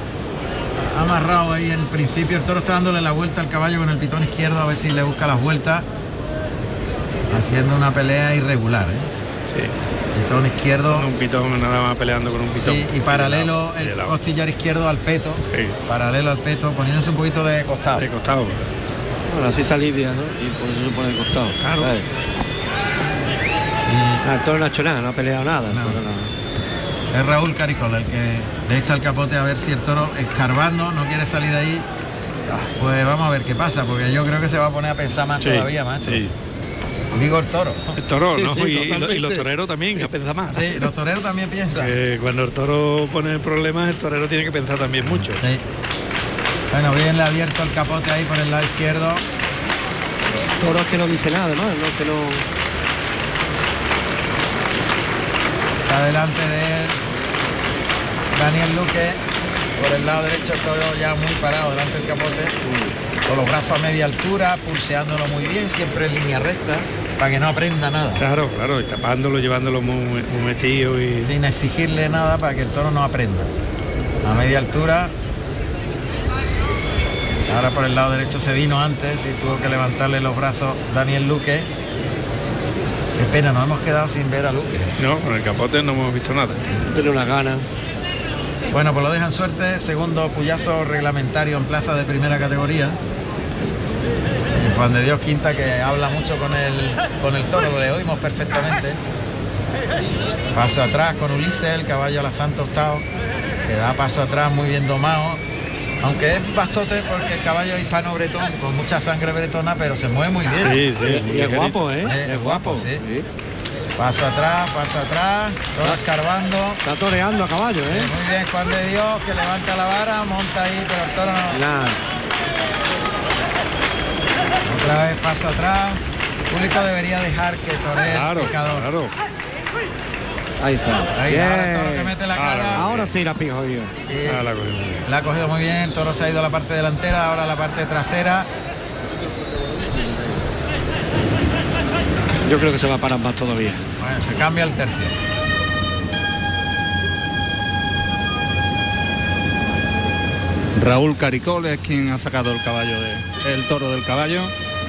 [SPEAKER 1] Ha amarrado ahí en principio, el toro está dándole la vuelta al caballo con el pitón izquierdo a ver si le busca las vueltas. Haciendo una pelea irregular, ¿eh?
[SPEAKER 3] Sí.
[SPEAKER 1] Pitón izquierdo
[SPEAKER 3] Con un pitón, nada más peleando con un pitón.
[SPEAKER 1] sí, y paralelo
[SPEAKER 3] De
[SPEAKER 1] el
[SPEAKER 3] lado, de
[SPEAKER 1] costillar izquierdo al peto.
[SPEAKER 3] Sí.
[SPEAKER 1] Paralelo al peto, poniéndose un poquito de costado.
[SPEAKER 3] lado. De costado.
[SPEAKER 4] Bueno, así se alivia, ¿no? Y por eso se pone de costado.
[SPEAKER 3] Claro.
[SPEAKER 4] ¿sabes?
[SPEAKER 1] Y
[SPEAKER 4] Ah, el toro no ha hecho nada, no ha peleado nada. el
[SPEAKER 1] No.
[SPEAKER 4] toro no.
[SPEAKER 1] Es Raúl Caricol el que le echa el capote a ver si el toro escarbando no quiere salir de ahí. Pues vamos a ver qué pasa, porque yo creo que se va a poner a pensar más
[SPEAKER 3] Sí,
[SPEAKER 1] todavía, macho.
[SPEAKER 3] sí.
[SPEAKER 1] Digo el toro.
[SPEAKER 3] El toro,
[SPEAKER 4] Sí,
[SPEAKER 3] ¿no?
[SPEAKER 4] sí,
[SPEAKER 3] Y- y, lo- y los
[SPEAKER 4] totalmente.
[SPEAKER 3] toreros también, que piensa más.
[SPEAKER 1] Sí, los toreros también piensan.
[SPEAKER 3] Que cuando el toro pone problemas, el torero tiene que pensar también mucho.
[SPEAKER 1] Sí. Bueno, bien le ha abierto el capote ahí por el lado izquierdo.
[SPEAKER 4] El toro es que no dice nada, ¿no? no que no...
[SPEAKER 1] Está delante de él. Daniel Luque. Por el lado derecho el toro ya muy parado delante del capote. Con los brazos a media altura, pulseándolo muy bien, siempre en línea recta, para que no aprenda nada.
[SPEAKER 3] Claro, claro, y tapándolo, llevándolo muy, muy metido y
[SPEAKER 1] sin exigirle nada para que el toro no aprenda. A media altura. Ahora por el lado derecho se vino antes y tuvo que levantarle los brazos Daniel Luque. Qué pena, nos hemos quedado sin ver a Luque.
[SPEAKER 3] no, con el capote no hemos visto nada.
[SPEAKER 4] Tiene una gana.
[SPEAKER 1] Bueno, pues lo dejan suerte. Segundo puyazo reglamentario en plaza de primera categoría. Y Juan de Dios Quinta que habla mucho con el, con el toro, le oímos perfectamente. Paso atrás con Ulises, el caballo a la Santa Octavo, que da paso atrás muy bien domado. Aunque es bastote porque el caballo es hispano-bretón, con mucha sangre bretona, pero se mueve muy bien.
[SPEAKER 3] Sí, sí,
[SPEAKER 4] Y es guapo, ¿eh?
[SPEAKER 1] Eh, es guapo, sí. Paso atrás, paso atrás, todo escarbando.
[SPEAKER 4] Está toreando a caballo, ¿eh?
[SPEAKER 1] Muy bien, Juan de Dios, que levanta la vara, monta ahí, pero el toro no,
[SPEAKER 4] Nada.
[SPEAKER 1] Otra vez paso atrás. El público debería dejar que toree
[SPEAKER 3] Claro,
[SPEAKER 1] el picador.
[SPEAKER 3] claro.
[SPEAKER 4] Ahí está.
[SPEAKER 1] Ahí, ahora
[SPEAKER 4] Bien.
[SPEAKER 1] Toro que mete la
[SPEAKER 3] Claro.
[SPEAKER 1] cara.
[SPEAKER 4] Ahora sí la pijo yo.
[SPEAKER 1] Y
[SPEAKER 3] Ah, la cogí muy bien.
[SPEAKER 1] la ha cogido muy bien. El toro se ha ido a la parte delantera, ahora a la parte trasera.
[SPEAKER 4] Yo creo que se va para más todavía.
[SPEAKER 1] Bueno, se cambia el tercio.
[SPEAKER 2] Raúl Caricol es quien ha sacado el caballo de, el toro del caballo,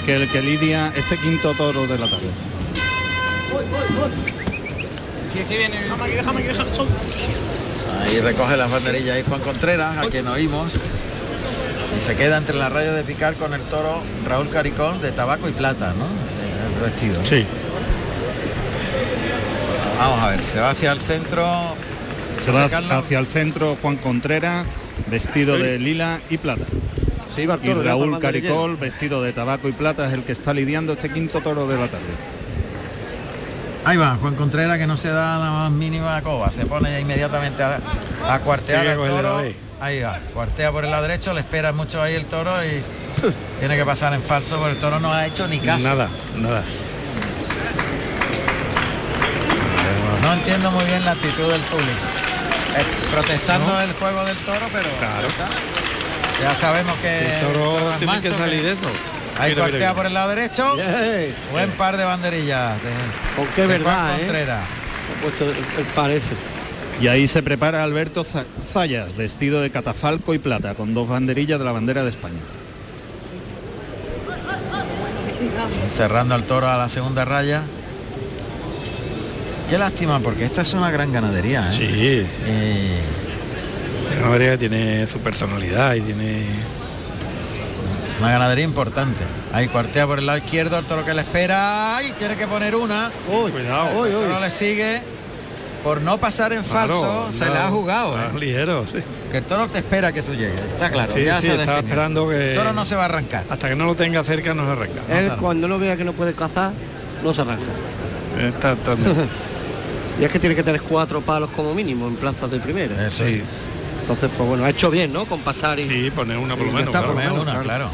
[SPEAKER 2] que el que lidia este quinto toro de la tarde.
[SPEAKER 1] Ahí recoge las banderillas ahí Juan Contreras, a quien oímos. Y se queda entre la raya de picar con el toro Raúl Caricón de tabaco y plata, ¿no? Ese, El vestido.
[SPEAKER 3] Sí,
[SPEAKER 1] Vamos a ver, se va hacia el centro.
[SPEAKER 2] Se va
[SPEAKER 1] José Carlos.
[SPEAKER 2] hacia el centro Juan Contreras, vestido de lila y plata.
[SPEAKER 4] Se iba el
[SPEAKER 2] Y
[SPEAKER 4] toro, ya
[SPEAKER 2] Raúl
[SPEAKER 4] para más de
[SPEAKER 2] Caricol, vestido de tabaco y plata, es el que está lidiando este quinto toro de la tarde.
[SPEAKER 1] Ahí va, Juan Contreras que no se da la más mínima coba, se pone inmediatamente a, a cuartear
[SPEAKER 3] Sí,
[SPEAKER 1] al
[SPEAKER 3] cogerle la
[SPEAKER 1] toro.
[SPEAKER 3] ley.
[SPEAKER 1] Ahí va, cuartea por el lado derecho, le espera mucho ahí el toro y tiene que pasar en falso porque el toro no ha hecho ni caso.
[SPEAKER 3] nada, nada.
[SPEAKER 1] No entiendo muy bien la actitud del público. Eh, protestando el juego del toro, pero
[SPEAKER 3] Claro.
[SPEAKER 1] ya sabemos que
[SPEAKER 3] El toro
[SPEAKER 1] es
[SPEAKER 3] tiene
[SPEAKER 1] Eh, manso,
[SPEAKER 3] que salir de eso.
[SPEAKER 1] Ahí
[SPEAKER 3] Mira, mira,
[SPEAKER 1] cuartea
[SPEAKER 3] mira.
[SPEAKER 1] por el lado derecho.
[SPEAKER 4] Bien.
[SPEAKER 1] Buen par de banderillas de,
[SPEAKER 4] Con qué
[SPEAKER 1] de
[SPEAKER 4] verdad,
[SPEAKER 1] Juan
[SPEAKER 4] ¿eh?
[SPEAKER 1] Contreras.
[SPEAKER 4] Ha puesto el, el parece.
[SPEAKER 2] Y ahí se prepara Alberto Za- Zayas, vestido de catafalco y plata, con dos banderillas de la bandera de España.
[SPEAKER 1] Cerrando el toro a la segunda raya. Qué lástima, porque esta es una gran ganadería. ¿eh?
[SPEAKER 3] Sí,
[SPEAKER 1] Eh,
[SPEAKER 3] la Madrid tiene su personalidad y tiene
[SPEAKER 1] una ganadería importante. Ahí cuartea por el lado izquierdo, el toro que le espera. Ay, tiene que poner una.
[SPEAKER 4] Uy,
[SPEAKER 3] Cuidado.
[SPEAKER 4] uy,
[SPEAKER 1] El
[SPEAKER 4] uy.
[SPEAKER 1] toro le sigue. Por no pasar en falso,
[SPEAKER 3] Claro,
[SPEAKER 1] se
[SPEAKER 3] no,
[SPEAKER 1] la ha jugado. ¿eh?
[SPEAKER 3] ah, ligero, sí.
[SPEAKER 1] Que el toro te espera que tú llegues. Está claro.
[SPEAKER 3] Sí,
[SPEAKER 1] ya
[SPEAKER 3] sí,
[SPEAKER 1] se
[SPEAKER 3] estaba
[SPEAKER 1] define.
[SPEAKER 3] esperando que-
[SPEAKER 1] El toro no se va a arrancar.
[SPEAKER 3] Hasta que no lo tenga cerca no se arranca.
[SPEAKER 4] Él cuando no vea que no puede cazar, no se arranca.
[SPEAKER 3] Está- está-
[SPEAKER 4] Y es que tiene que tener cuatro palos como mínimo en plazas de
[SPEAKER 2] Eh.
[SPEAKER 4] primera.
[SPEAKER 1] Eso
[SPEAKER 3] sí,
[SPEAKER 1] es.
[SPEAKER 4] Entonces, pues bueno, ha hecho bien, ¿no? Con pasar y...
[SPEAKER 3] sí, poner una por lo
[SPEAKER 4] Ya
[SPEAKER 3] menos.
[SPEAKER 4] está,
[SPEAKER 3] claro.
[SPEAKER 4] por lo
[SPEAKER 1] Come
[SPEAKER 4] menos,
[SPEAKER 1] una, claro.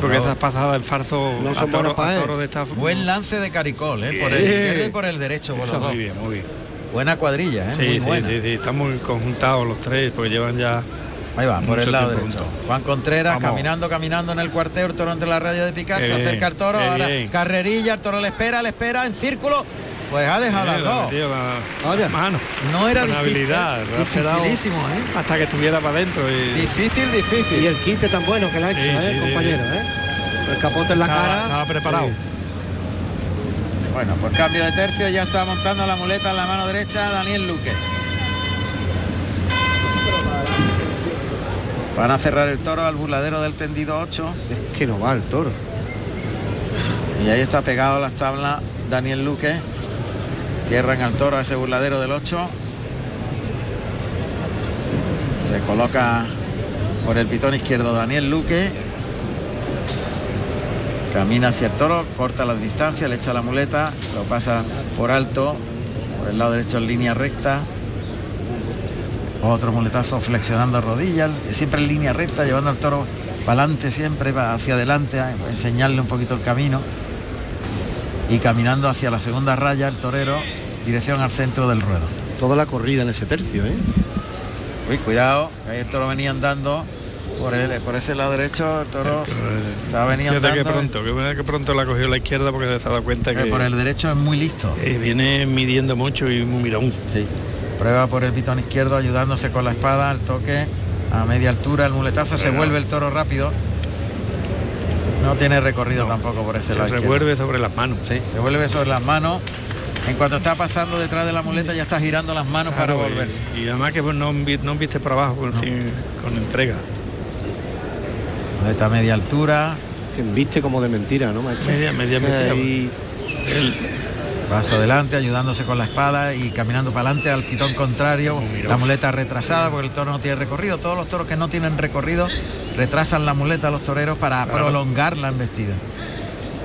[SPEAKER 3] Porque esas pasadas en farso
[SPEAKER 4] No
[SPEAKER 3] a
[SPEAKER 4] son buenas
[SPEAKER 3] toro,
[SPEAKER 4] pa'
[SPEAKER 3] a
[SPEAKER 4] él.
[SPEAKER 3] toro de esta
[SPEAKER 1] Buen lance de caricol, ¿eh? por el
[SPEAKER 3] Bien.
[SPEAKER 1] izquierdo y por el derecho, por los dos.
[SPEAKER 3] Muy bien, muy bien.
[SPEAKER 1] Buena cuadrilla, ¿eh? muy
[SPEAKER 3] Sí, sí,
[SPEAKER 1] buena.
[SPEAKER 3] sí, sí, están muy conjuntados los tres porque llevan ya
[SPEAKER 1] Ahí va, por
[SPEAKER 3] Mucho
[SPEAKER 1] el lado
[SPEAKER 3] tiempo
[SPEAKER 1] derecho.
[SPEAKER 3] juntos.
[SPEAKER 1] Juan Contreras
[SPEAKER 3] Vamos.
[SPEAKER 1] caminando, caminando en el cuarteo, el toro entre la raya de picar,
[SPEAKER 3] Qué
[SPEAKER 1] se
[SPEAKER 3] bien,
[SPEAKER 1] acerca el toro,
[SPEAKER 3] qué
[SPEAKER 1] ahora
[SPEAKER 3] bien.
[SPEAKER 1] carrerilla, el toro le espera, le espera en círculo, pues ha dejado
[SPEAKER 3] Eh,
[SPEAKER 1] las
[SPEAKER 3] la
[SPEAKER 1] dos.
[SPEAKER 3] metió la-
[SPEAKER 4] Vaya.
[SPEAKER 3] mano.
[SPEAKER 1] No era
[SPEAKER 3] Con
[SPEAKER 1] difícil,
[SPEAKER 3] habilidad, lo ha esperado
[SPEAKER 1] dificilísimo, ¿eh?
[SPEAKER 3] hasta que estuviera para adentro y
[SPEAKER 1] Difícil,
[SPEAKER 4] Y
[SPEAKER 1] difícil.
[SPEAKER 4] el quite tan bueno que le ha hecho,
[SPEAKER 3] Sí,
[SPEAKER 4] ¿eh,
[SPEAKER 3] sí,
[SPEAKER 4] compañero?
[SPEAKER 3] sí.
[SPEAKER 4] ¿eh? El capote en la
[SPEAKER 3] estaba,
[SPEAKER 4] cara.
[SPEAKER 3] estaba preparado.
[SPEAKER 1] Bueno, pues cambio de tercio, ya está montando la muleta en la mano derecha Daniel Luque. Van a cerrar el toro al burladero del tendido 8.
[SPEAKER 4] Es que no va el toro.
[SPEAKER 1] Y ahí está pegado a las tablas Daniel Luque. Cierran al toro a ese burladero del 8. Se coloca por el pitón izquierdo Daniel Luque. Camina hacia el toro, corta las distancias, le echa la muleta, lo pasa por alto, por el lado derecho en línea recta. Otro muletazo flexionando rodillas, siempre en línea recta, llevando al toro para adelante siempre, pa- hacia adelante, a enseñarle un poquito el camino. Y caminando hacia la segunda raya, el torero, dirección al centro del ruedo.
[SPEAKER 4] Toda la corrida en ese tercio, ¿eh?
[SPEAKER 1] Uy, cuidado, que ahí el toro venía andando por, el- por ese lado derecho, el toro se ha venido
[SPEAKER 3] Fíjate que
[SPEAKER 1] andando.
[SPEAKER 3] pronto, que bueno que pronto la cogió la izquierda porque se ha dado cuenta
[SPEAKER 1] eh,
[SPEAKER 3] que
[SPEAKER 1] por el derecho es muy listo.
[SPEAKER 3] eh, viene midiendo mucho y un mirón.
[SPEAKER 1] Sí. Prueba por el pitón izquierdo ayudándose con la espada al toque a media altura, el muletazo se
[SPEAKER 3] Pero-
[SPEAKER 1] vuelve el toro rápido. No tiene recorrido tampoco por ese
[SPEAKER 3] Se
[SPEAKER 1] lado. izquierdo.
[SPEAKER 3] revuelve sobre las manos.
[SPEAKER 1] Sí, se vuelve sobre las manos. En cuanto está pasando detrás de la muleta ya está girando las manos
[SPEAKER 3] Claro,
[SPEAKER 1] para
[SPEAKER 3] y-
[SPEAKER 1] volverse.
[SPEAKER 3] Eh, Y, además que pues, no, envi- no viste para abajo con, sin- con entrega.
[SPEAKER 1] Muleta a media altura,
[SPEAKER 4] Que embiste como de mentira, ¿no, maestro?
[SPEAKER 3] Media,
[SPEAKER 1] Eh,
[SPEAKER 3] media, media.
[SPEAKER 4] Ahí-
[SPEAKER 1] paso adelante ayudándose con la espada y caminando para adelante al pitón contrario.
[SPEAKER 3] Como miró.
[SPEAKER 1] La muleta retrasada porque el toro no tiene recorrido. Todos los toros que no tienen recorrido retrasan la muleta a los toreros para prolongar la embestida.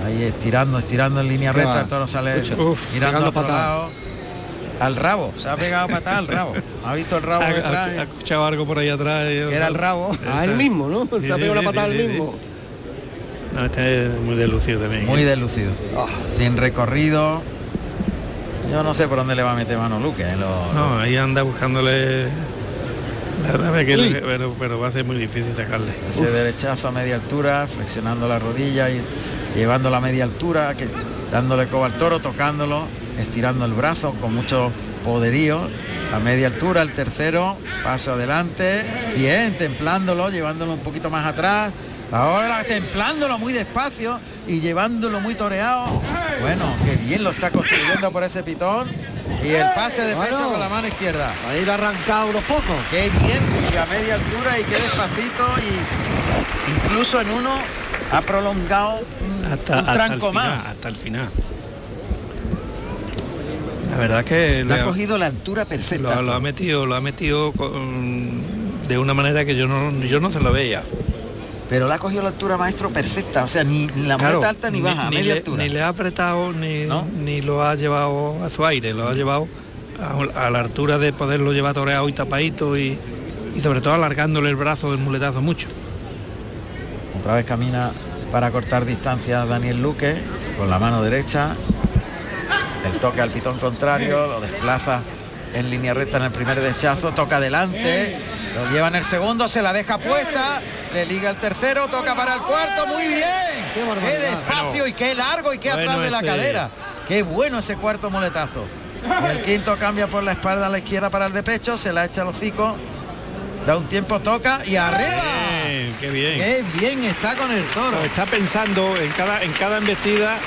[SPEAKER 1] Ahí estirando, estirando en línea
[SPEAKER 4] Qué
[SPEAKER 1] recta,
[SPEAKER 4] va.
[SPEAKER 1] el toro sale
[SPEAKER 4] Escucha.
[SPEAKER 1] Uf,
[SPEAKER 4] Uf,
[SPEAKER 1] girando a
[SPEAKER 4] pegando
[SPEAKER 1] otro
[SPEAKER 4] patada.
[SPEAKER 1] lado. Al rabo, se ha pegado patada al rabo. Ha visto el
[SPEAKER 3] Ha,
[SPEAKER 1] rabo
[SPEAKER 3] ha-
[SPEAKER 1] detrás,
[SPEAKER 3] ha escuchado algo por ahí atrás.
[SPEAKER 1] que eh. era el rabo.
[SPEAKER 4] Ah, el mismo, ¿no? Se ha pegado la patada al mismo.
[SPEAKER 3] No, este es muy delucido también.
[SPEAKER 1] Muy
[SPEAKER 3] ¿eh?
[SPEAKER 1] deslucido.
[SPEAKER 4] Ah.
[SPEAKER 1] Sin recorrido. Yo no sé por dónde le va a meter mano Luque. eh, lo-
[SPEAKER 3] No, ahí anda buscándole. La verdad que- pero, pero va a ser muy difícil sacarle.
[SPEAKER 1] Ese derechazo a media altura, flexionando la rodilla y llevando la media altura, que, dándole coba al toro, tocándolo, estirando el brazo con mucho poderío. A media altura, el tercero, paso adelante, bien, templándolo, llevándolo un poquito más atrás. Ahora templándolo muy despacio y llevándolo muy toreado. Bueno, que bien lo está construyendo por ese pitón. Y el pase de pecho
[SPEAKER 4] Bueno.
[SPEAKER 1] con la mano izquierda.
[SPEAKER 4] Ahí le ha arrancado unos pocos.
[SPEAKER 1] Qué bien, y a media altura y qué despacito y incluso en uno ha prolongado un,
[SPEAKER 3] Hasta,
[SPEAKER 1] un
[SPEAKER 3] hasta el
[SPEAKER 1] tranco
[SPEAKER 3] final,
[SPEAKER 1] más.
[SPEAKER 3] hasta el final. La verdad que
[SPEAKER 1] Le ha
[SPEAKER 3] lo-
[SPEAKER 1] cogido la altura perfecta.
[SPEAKER 3] lo, lo ha metido, lo ha metido con- de una manera que yo no, yo no se lo veía.
[SPEAKER 1] Pero le ha cogido la altura maestro perfecta. O sea, ni ni la
[SPEAKER 3] Claro,
[SPEAKER 1] muleta alta ni baja, a media
[SPEAKER 3] le,
[SPEAKER 1] altura.
[SPEAKER 3] ni le ha apretado ni,
[SPEAKER 1] ¿No?
[SPEAKER 3] ni lo ha llevado a su aire, lo ha llevado a, a la altura de poderlo llevar toreado y tapadito y, y sobre todo alargándole el brazo del muletazo mucho.
[SPEAKER 1] Otra vez camina para cortar distancia Daniel Luque con la mano derecha. El toque al pitón contrario, lo desplaza en línea recta en el primer dechazo, toca adelante, lo lleva en el segundo, se la deja puesta, le liga el tercero, toca para el cuarto, muy bien.
[SPEAKER 4] Qué
[SPEAKER 1] Qué,
[SPEAKER 4] barbaridad.
[SPEAKER 1] despacio y qué largo y qué
[SPEAKER 3] Bueno,
[SPEAKER 1] atrás de la
[SPEAKER 3] ese-
[SPEAKER 1] cadera. Qué bueno ese cuarto muletazo. Y el quinto cambia por la espalda a la izquierda para el de pecho, se la echa los hocico, da un tiempo, toca y arriba.
[SPEAKER 3] Bien, qué bien.
[SPEAKER 1] Ah, Qué bien está con el toro.
[SPEAKER 3] Pero está pensando en cada en cada embestida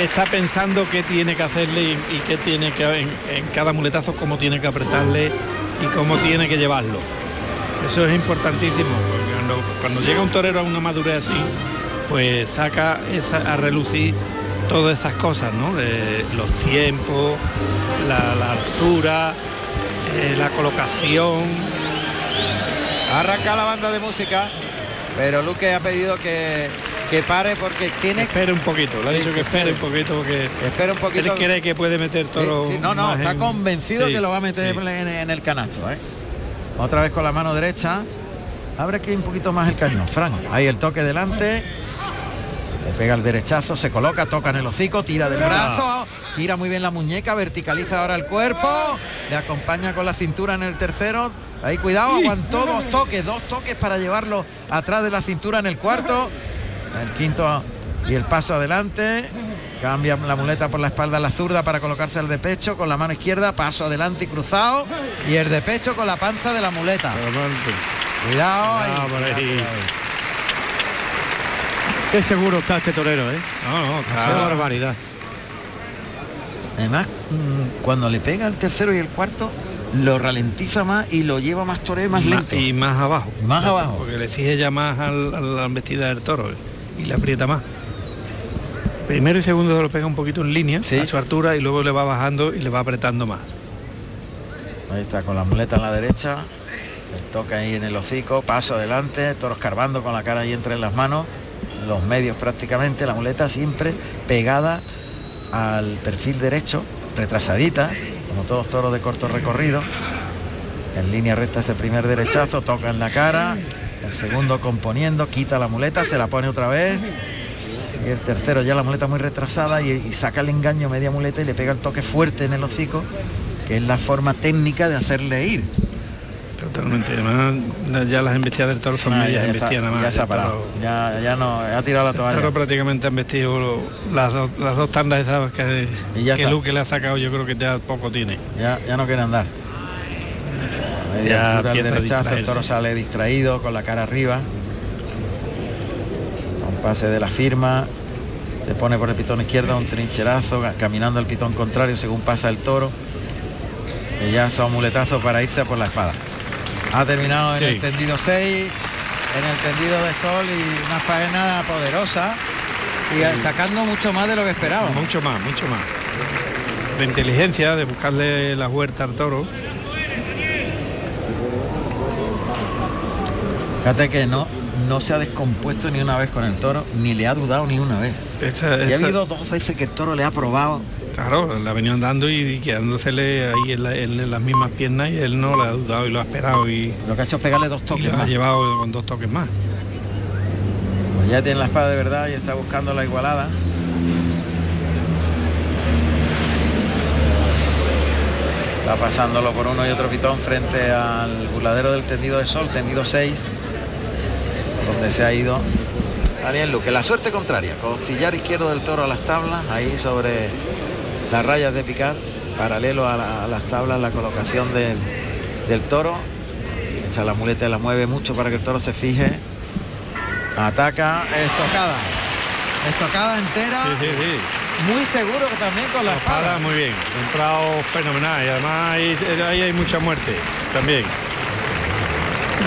[SPEAKER 3] está pensando qué tiene que hacerle y, y qué tiene que en, en cada muletazo cómo tiene que apretarle y cómo tiene que llevarlo eso es importantísimo porque cuando, cuando llega un torero a una madurez así pues saca esa- a relucir todas esas cosas ¿no? De los tiempos la, la altura eh, la colocación
[SPEAKER 1] Arranca la banda de música, pero Luque ha pedido que, que pare porque tiene
[SPEAKER 3] espere un poquito le ha
[SPEAKER 1] Sí,
[SPEAKER 3] dicho que
[SPEAKER 1] que
[SPEAKER 3] espere un poquito porque
[SPEAKER 1] que espera un
[SPEAKER 3] Él
[SPEAKER 1] poquito.
[SPEAKER 3] cree que puede meter
[SPEAKER 1] Sí,
[SPEAKER 3] todo.
[SPEAKER 1] sí, no, no, está convencido que lo va a meter en, en el canasto. ¿eh? Otra vez con la mano derecha. Abre aquí un poquito más el cañón, Fran. Ahí el toque delante. Le pega el derechazo, se coloca, toca en el hocico, tira del brazo, tira muy bien la muñeca, verticaliza ahora el cuerpo, le acompaña con la cintura en el tercero. Ahí cuidado, aguantó dos toques, dos toques para llevarlo atrás de la cintura en el cuarto. El quinto y el paso adelante. Cambia la muleta por la espalda a la zurda para colocarse el de pecho con la mano izquierda, paso adelante y cruzado. Y el de pecho con la panza de la muleta. Cuidado ahí.
[SPEAKER 3] Ah, por ahí.
[SPEAKER 4] Qué seguro está este torero, ¿eh?
[SPEAKER 3] No, no,
[SPEAKER 4] Qué
[SPEAKER 3] claro.
[SPEAKER 4] barbaridad.
[SPEAKER 1] Además, mm, cuando le pega el tercero y el cuarto, lo ralentiza más y lo lleva más toreo y más
[SPEAKER 3] Ma-
[SPEAKER 1] lento.
[SPEAKER 3] Y más abajo.
[SPEAKER 1] Más abajo.
[SPEAKER 3] Porque le exige ya más al- a la vestida del toro eh, y le aprieta más. Primero y segundo se lo pega un poquito en línea
[SPEAKER 1] Sí.
[SPEAKER 3] a su altura y luego le va bajando y le va apretando más.
[SPEAKER 1] Ahí está, con la muleta en la derecha. El toque ahí en el hocico, paso adelante, toro escarbando con la cara ahí entre las manos, los medios prácticamente, la muleta siempre pegada al perfil derecho, retrasadita, como todos toros de corto recorrido. En línea recta ese primer derechazo, toca en la cara, el segundo componiendo, quita la muleta, se la pone otra vez. Y el tercero ya la muleta muy retrasada y, y saca el engaño media muleta y le pega el toque fuerte en el hocico, que es la forma técnica de hacerle ir.
[SPEAKER 3] Totalmente. Además, ya las embestidas del toro son
[SPEAKER 1] Ah,
[SPEAKER 3] medias
[SPEAKER 1] ya, está,
[SPEAKER 3] embestidas nada más.
[SPEAKER 1] ya se ha
[SPEAKER 3] El
[SPEAKER 1] parado.
[SPEAKER 3] toro-
[SPEAKER 1] Ya, ya no, ha tirado la
[SPEAKER 3] el toro
[SPEAKER 1] toalla.
[SPEAKER 3] prácticamente han vestido lo- las, dos- las dos tandas esas que,
[SPEAKER 1] Y ya
[SPEAKER 3] que
[SPEAKER 1] está.
[SPEAKER 3] Luque le ha sacado, yo creo que ya poco tiene.
[SPEAKER 1] Ya, ya no quiere andar. A media
[SPEAKER 3] Ya
[SPEAKER 1] altura, el
[SPEAKER 3] empieza a
[SPEAKER 1] derechazo, el
[SPEAKER 3] distraerse.
[SPEAKER 1] toro sale distraído con la cara arriba. Un pase de la firma. Se pone por el pitón izquierdo, un trincherazo, ga- caminando el pitón contrario según pasa el toro. Y ya son muletazos para irse a por la espada. Ha terminado en
[SPEAKER 3] Sí.
[SPEAKER 1] el tendido 6, en el tendido de sol y una faena poderosa. Y eh, sacando mucho más de lo que esperábamos.
[SPEAKER 3] Mucho más, mucho más. De inteligencia, de buscarle la huerta al toro.
[SPEAKER 1] Fíjate que no, no se ha descompuesto ni una vez con el toro, ni le ha dudado ni una vez.
[SPEAKER 3] Esa-
[SPEAKER 1] Y ha
[SPEAKER 3] esa-
[SPEAKER 1] habido dos veces que el toro le ha probado
[SPEAKER 3] Claro, la ha venido andando y, y quedándosele ahí en, la- en- en las mismas piernas y él no la ha dudado y lo ha esperado y,
[SPEAKER 1] Lo que ha hecho es pegarle dos
[SPEAKER 3] y
[SPEAKER 1] toques
[SPEAKER 3] la ha
[SPEAKER 1] más.
[SPEAKER 3] llevado con dos toques más.
[SPEAKER 1] Pues ya tiene la espada de verdad y está buscando la igualada. Está pasándolo por uno y otro pitón frente al burladero del tendido de sol, tendido 6, donde se ha ido Daniel Luque. La suerte contraria, costillar izquierdo del toro a las tablas, ahí sobre las rayas de picar, paralelo a, la- a las tablas la colocación del, del toro. Echa la muleta y la mueve mucho para que el toro se fije. Ataca, estocada. Estocada entera,
[SPEAKER 3] Sí, sí, sí.
[SPEAKER 1] muy seguro también con la
[SPEAKER 3] La espada
[SPEAKER 1] espada.
[SPEAKER 3] muy bien. Ha entrado fenomenal y además ahí, ahí hay mucha muerte también.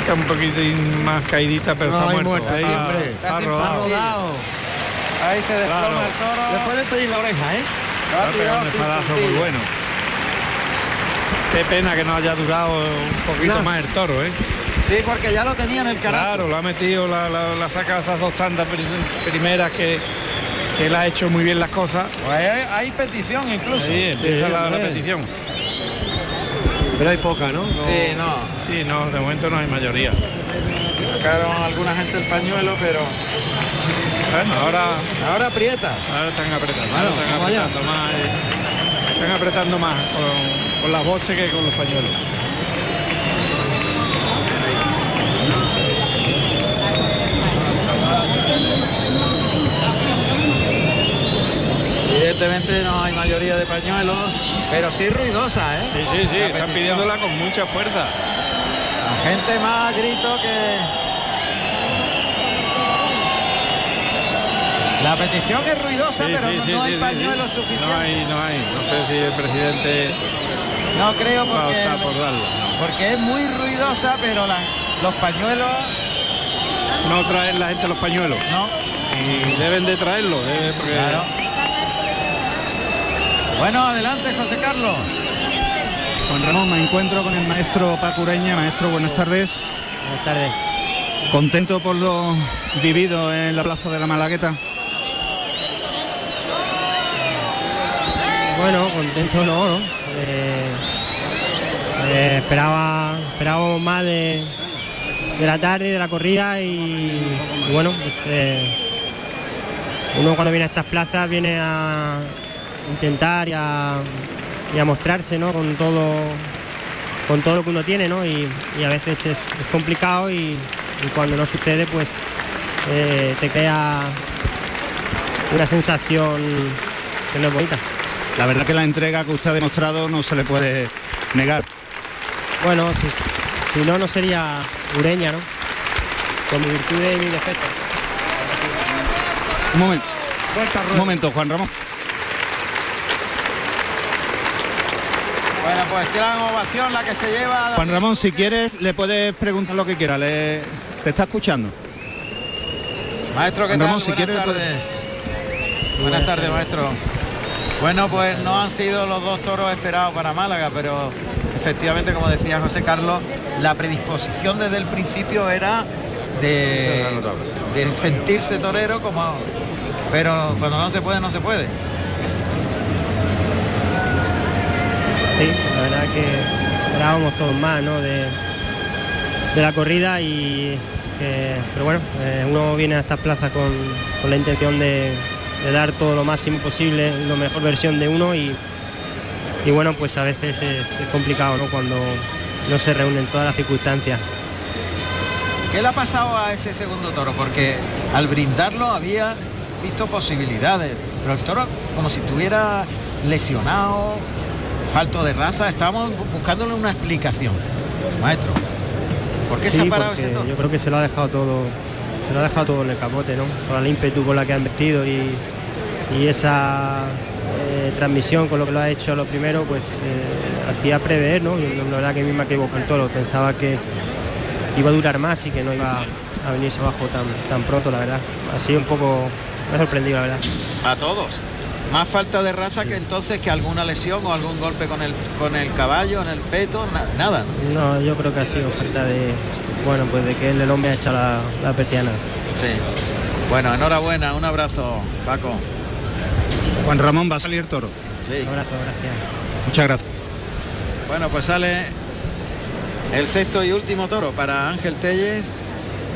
[SPEAKER 3] Está un poquitín más caidita, pero
[SPEAKER 4] No,
[SPEAKER 3] está
[SPEAKER 4] hay
[SPEAKER 3] muerto.
[SPEAKER 4] muerte,
[SPEAKER 3] Ahí
[SPEAKER 4] siempre.
[SPEAKER 3] ha-
[SPEAKER 1] Está
[SPEAKER 3] ha
[SPEAKER 1] sin
[SPEAKER 3] rodado.
[SPEAKER 1] rodado. Ahí se desploma
[SPEAKER 3] Claro.
[SPEAKER 1] el toro.
[SPEAKER 4] Le pueden pedir la oreja, ¿eh?
[SPEAKER 1] Lo
[SPEAKER 3] Ha
[SPEAKER 1] ha
[SPEAKER 3] pegado
[SPEAKER 1] tirado
[SPEAKER 3] un
[SPEAKER 1] sin
[SPEAKER 3] espadazo muy
[SPEAKER 1] puntilla.
[SPEAKER 3] bueno. Qué pena que no haya durado un poquito
[SPEAKER 1] Nah.
[SPEAKER 3] más el toro, ¿eh?
[SPEAKER 1] Sí, porque ya lo tenía en el canasto.
[SPEAKER 3] Claro, lo ha metido, la, la, la ha sacado esas dos tandas pri- primeras que, que él ha hecho muy bien las cosas.
[SPEAKER 1] Pues hay, hay petición incluso.
[SPEAKER 3] Sí, empieza la, la
[SPEAKER 4] hombre.
[SPEAKER 3] petición.
[SPEAKER 4] Pero hay poca, ¿no? No.
[SPEAKER 1] Sí, no.
[SPEAKER 3] Sí, no, de momento no hay mayoría.
[SPEAKER 1] Sacaron a alguna gente el pañuelo, pero
[SPEAKER 3] Bueno, ahora,
[SPEAKER 1] ahora aprieta.
[SPEAKER 3] ahora están apretando,
[SPEAKER 4] Claro,
[SPEAKER 3] están
[SPEAKER 4] vamos allá.
[SPEAKER 3] apretando más. eh, Están apretando más con, con las voces que con los pañuelos.
[SPEAKER 1] Evidentemente no hay mayoría de pañuelos, pero sí ruidosa, ¿eh?
[SPEAKER 3] Sí, sí, sí,
[SPEAKER 1] La
[SPEAKER 3] están
[SPEAKER 1] petición.
[SPEAKER 3] pidiéndola con mucha fuerza.
[SPEAKER 1] La gente más a grito que... La petición es ruidosa,
[SPEAKER 3] Sí,
[SPEAKER 1] pero
[SPEAKER 3] sí,
[SPEAKER 1] no,
[SPEAKER 3] sí,
[SPEAKER 1] no hay
[SPEAKER 3] sí, sí.
[SPEAKER 1] pañuelos suficientes.
[SPEAKER 3] No hay, no hay. No sé si el presidente
[SPEAKER 1] No creo
[SPEAKER 3] va a
[SPEAKER 1] porque...
[SPEAKER 3] optar por darla.
[SPEAKER 1] Porque es muy ruidosa, pero la- los pañuelos
[SPEAKER 3] No traer la gente los pañuelos.
[SPEAKER 1] no.
[SPEAKER 3] Y deben de traerlo, eh, porque
[SPEAKER 1] Claro. Bueno, adelante, José Carlos.
[SPEAKER 2] Juan Ramón, me encuentro con el maestro Paco Ureña. Maestro, buenas tardes.
[SPEAKER 8] Buenas tardes.
[SPEAKER 2] ¿Contento por lo vivido en la Plaza de la Malagueta?
[SPEAKER 8] Bueno, contento no, ¿no? Eh, eh, esperaba, esperaba más de, de la tarde, de la corrida y, y bueno, pues, eh, uno cuando viene a estas plazas viene a intentar y a, y a mostrarse, ¿no? Con todo, con todo lo que uno tiene, ¿no? Y, y a veces es, es complicado y, y cuando no sucede, pues eh, te queda una sensación que no es bonita.
[SPEAKER 2] La verdad que la entrega que usted ha demostrado no se le puede negar.
[SPEAKER 8] Bueno, si, si no, no sería Ureña, ¿no? Con mi virtud y mi defecto.
[SPEAKER 2] Un momento,
[SPEAKER 4] Vuelta,
[SPEAKER 2] un
[SPEAKER 4] rueda.
[SPEAKER 2] momento, Juan Ramón.
[SPEAKER 1] Bueno, pues gran ovación la que se lleva.
[SPEAKER 2] Juan Ramón, si quieres, le puedes preguntar lo que quiera. Le... Te está escuchando.
[SPEAKER 1] Maestro, ¿qué
[SPEAKER 2] Juan
[SPEAKER 1] tal?
[SPEAKER 2] Ramón, si
[SPEAKER 1] Buenas
[SPEAKER 2] quiere,
[SPEAKER 1] tardes.
[SPEAKER 2] puede-
[SPEAKER 1] Buenas, tardes, maestro. Bueno, pues no han sido los dos toros esperados para Málaga, pero efectivamente, como decía José Carlos, la predisposición desde el principio era de, de sentirse torero como... Pero cuando no se puede, no se puede.
[SPEAKER 8] Sí, la verdad que esperábamos todos más, ¿no? De, de la corrida y... eh, pero bueno, eh, uno viene a estas plazas con, con la intención de, de dar todo lo máximo posible, la mejor versión de uno y, y bueno, pues a veces es, es complicado, ¿no? Cuando no se reúnen todas las circunstancias.
[SPEAKER 1] ¿Qué le ha pasado a ese segundo toro? Porque al brindarlo había visto posibilidades, pero el toro como si estuviera lesionado, falto de raza, estábamos bu- buscándole una explicación, maestro. ¿Por qué se
[SPEAKER 8] Sí,
[SPEAKER 1] ha parado
[SPEAKER 8] porque
[SPEAKER 1] ese toro?
[SPEAKER 8] Yo creo que se lo ha dejado todo, se lo ha dejado todo en el capote, ¿no? Con el ímpetu con la que han vestido y, y esa eh, transmisión con lo que lo ha hecho lo primero, pues eh, hacía prever, ¿no? Yo, la verdad que a mí me equivocó el toro, pensaba que iba a durar más y que no iba a venirse abajo tan, tan pronto, la verdad. Ha sido un poco, me ha sorprendido, la verdad.
[SPEAKER 1] A todos. Más falta de raza que entonces que alguna lesión o algún golpe con el, con el caballo, en el peto, na- nada. ¿no?
[SPEAKER 8] No, yo creo que ha sido falta de, bueno, pues de que él, el hombre ha echado la, la persiana.
[SPEAKER 1] Sí. Bueno, enhorabuena, un abrazo, Paco.
[SPEAKER 2] Juan Ramón va a salir toro.
[SPEAKER 1] Sí.
[SPEAKER 8] Un abrazo, gracias.
[SPEAKER 3] Muchas gracias.
[SPEAKER 1] Bueno, pues sale el sexto y último toro para Ángel Telles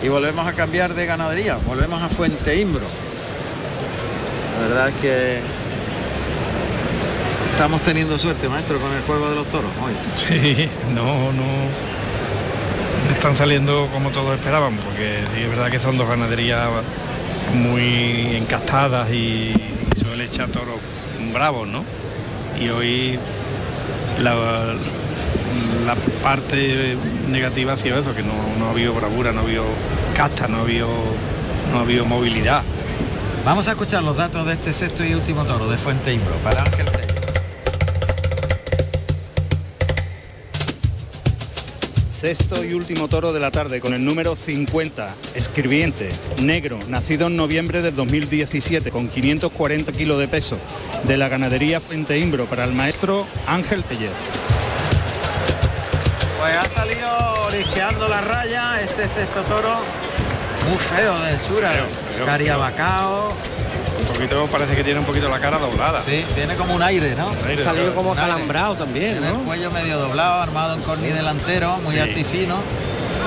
[SPEAKER 1] y volvemos a cambiar de ganadería, volvemos a Fuente Imbro. La verdad es que estamos teniendo suerte, maestro, con el juego de los toros hoy.
[SPEAKER 3] Sí, no, no. no Están saliendo como todos esperábamos, porque sí, es verdad que son dos ganaderías muy encastadas y suele echar toros bravos, ¿no? Y hoy la, la parte negativa ha sido eso, que no, no ha habido bravura, no ha habido casta, no ha habido, no ha habido movilidad.
[SPEAKER 1] Vamos a escuchar los datos de este sexto y último toro de Fuente Imbro para Ángel Telles.
[SPEAKER 2] Sexto y último toro de la tarde con el número 50, escribiente, negro, nacido en noviembre del 2017 con 540 kilos de peso, de la ganadería Fuente Imbro para el maestro Ángel Teller.
[SPEAKER 1] Pues ha salido orisqueando la raya este sexto toro, muy feo de hechura,
[SPEAKER 3] Feo, feo,
[SPEAKER 1] cariabacao,
[SPEAKER 3] Un poquito parece que tiene un poquito la cara doblada.
[SPEAKER 1] sí, tiene como un aire, ¿no?
[SPEAKER 3] Aire,
[SPEAKER 4] Salido
[SPEAKER 3] claro.
[SPEAKER 4] como
[SPEAKER 1] Dale.
[SPEAKER 4] calambrado también,
[SPEAKER 1] Tiene el
[SPEAKER 4] ¿no?
[SPEAKER 1] cuello medio doblado, armado en corni delantero, muy
[SPEAKER 3] Sí.
[SPEAKER 1] artifino,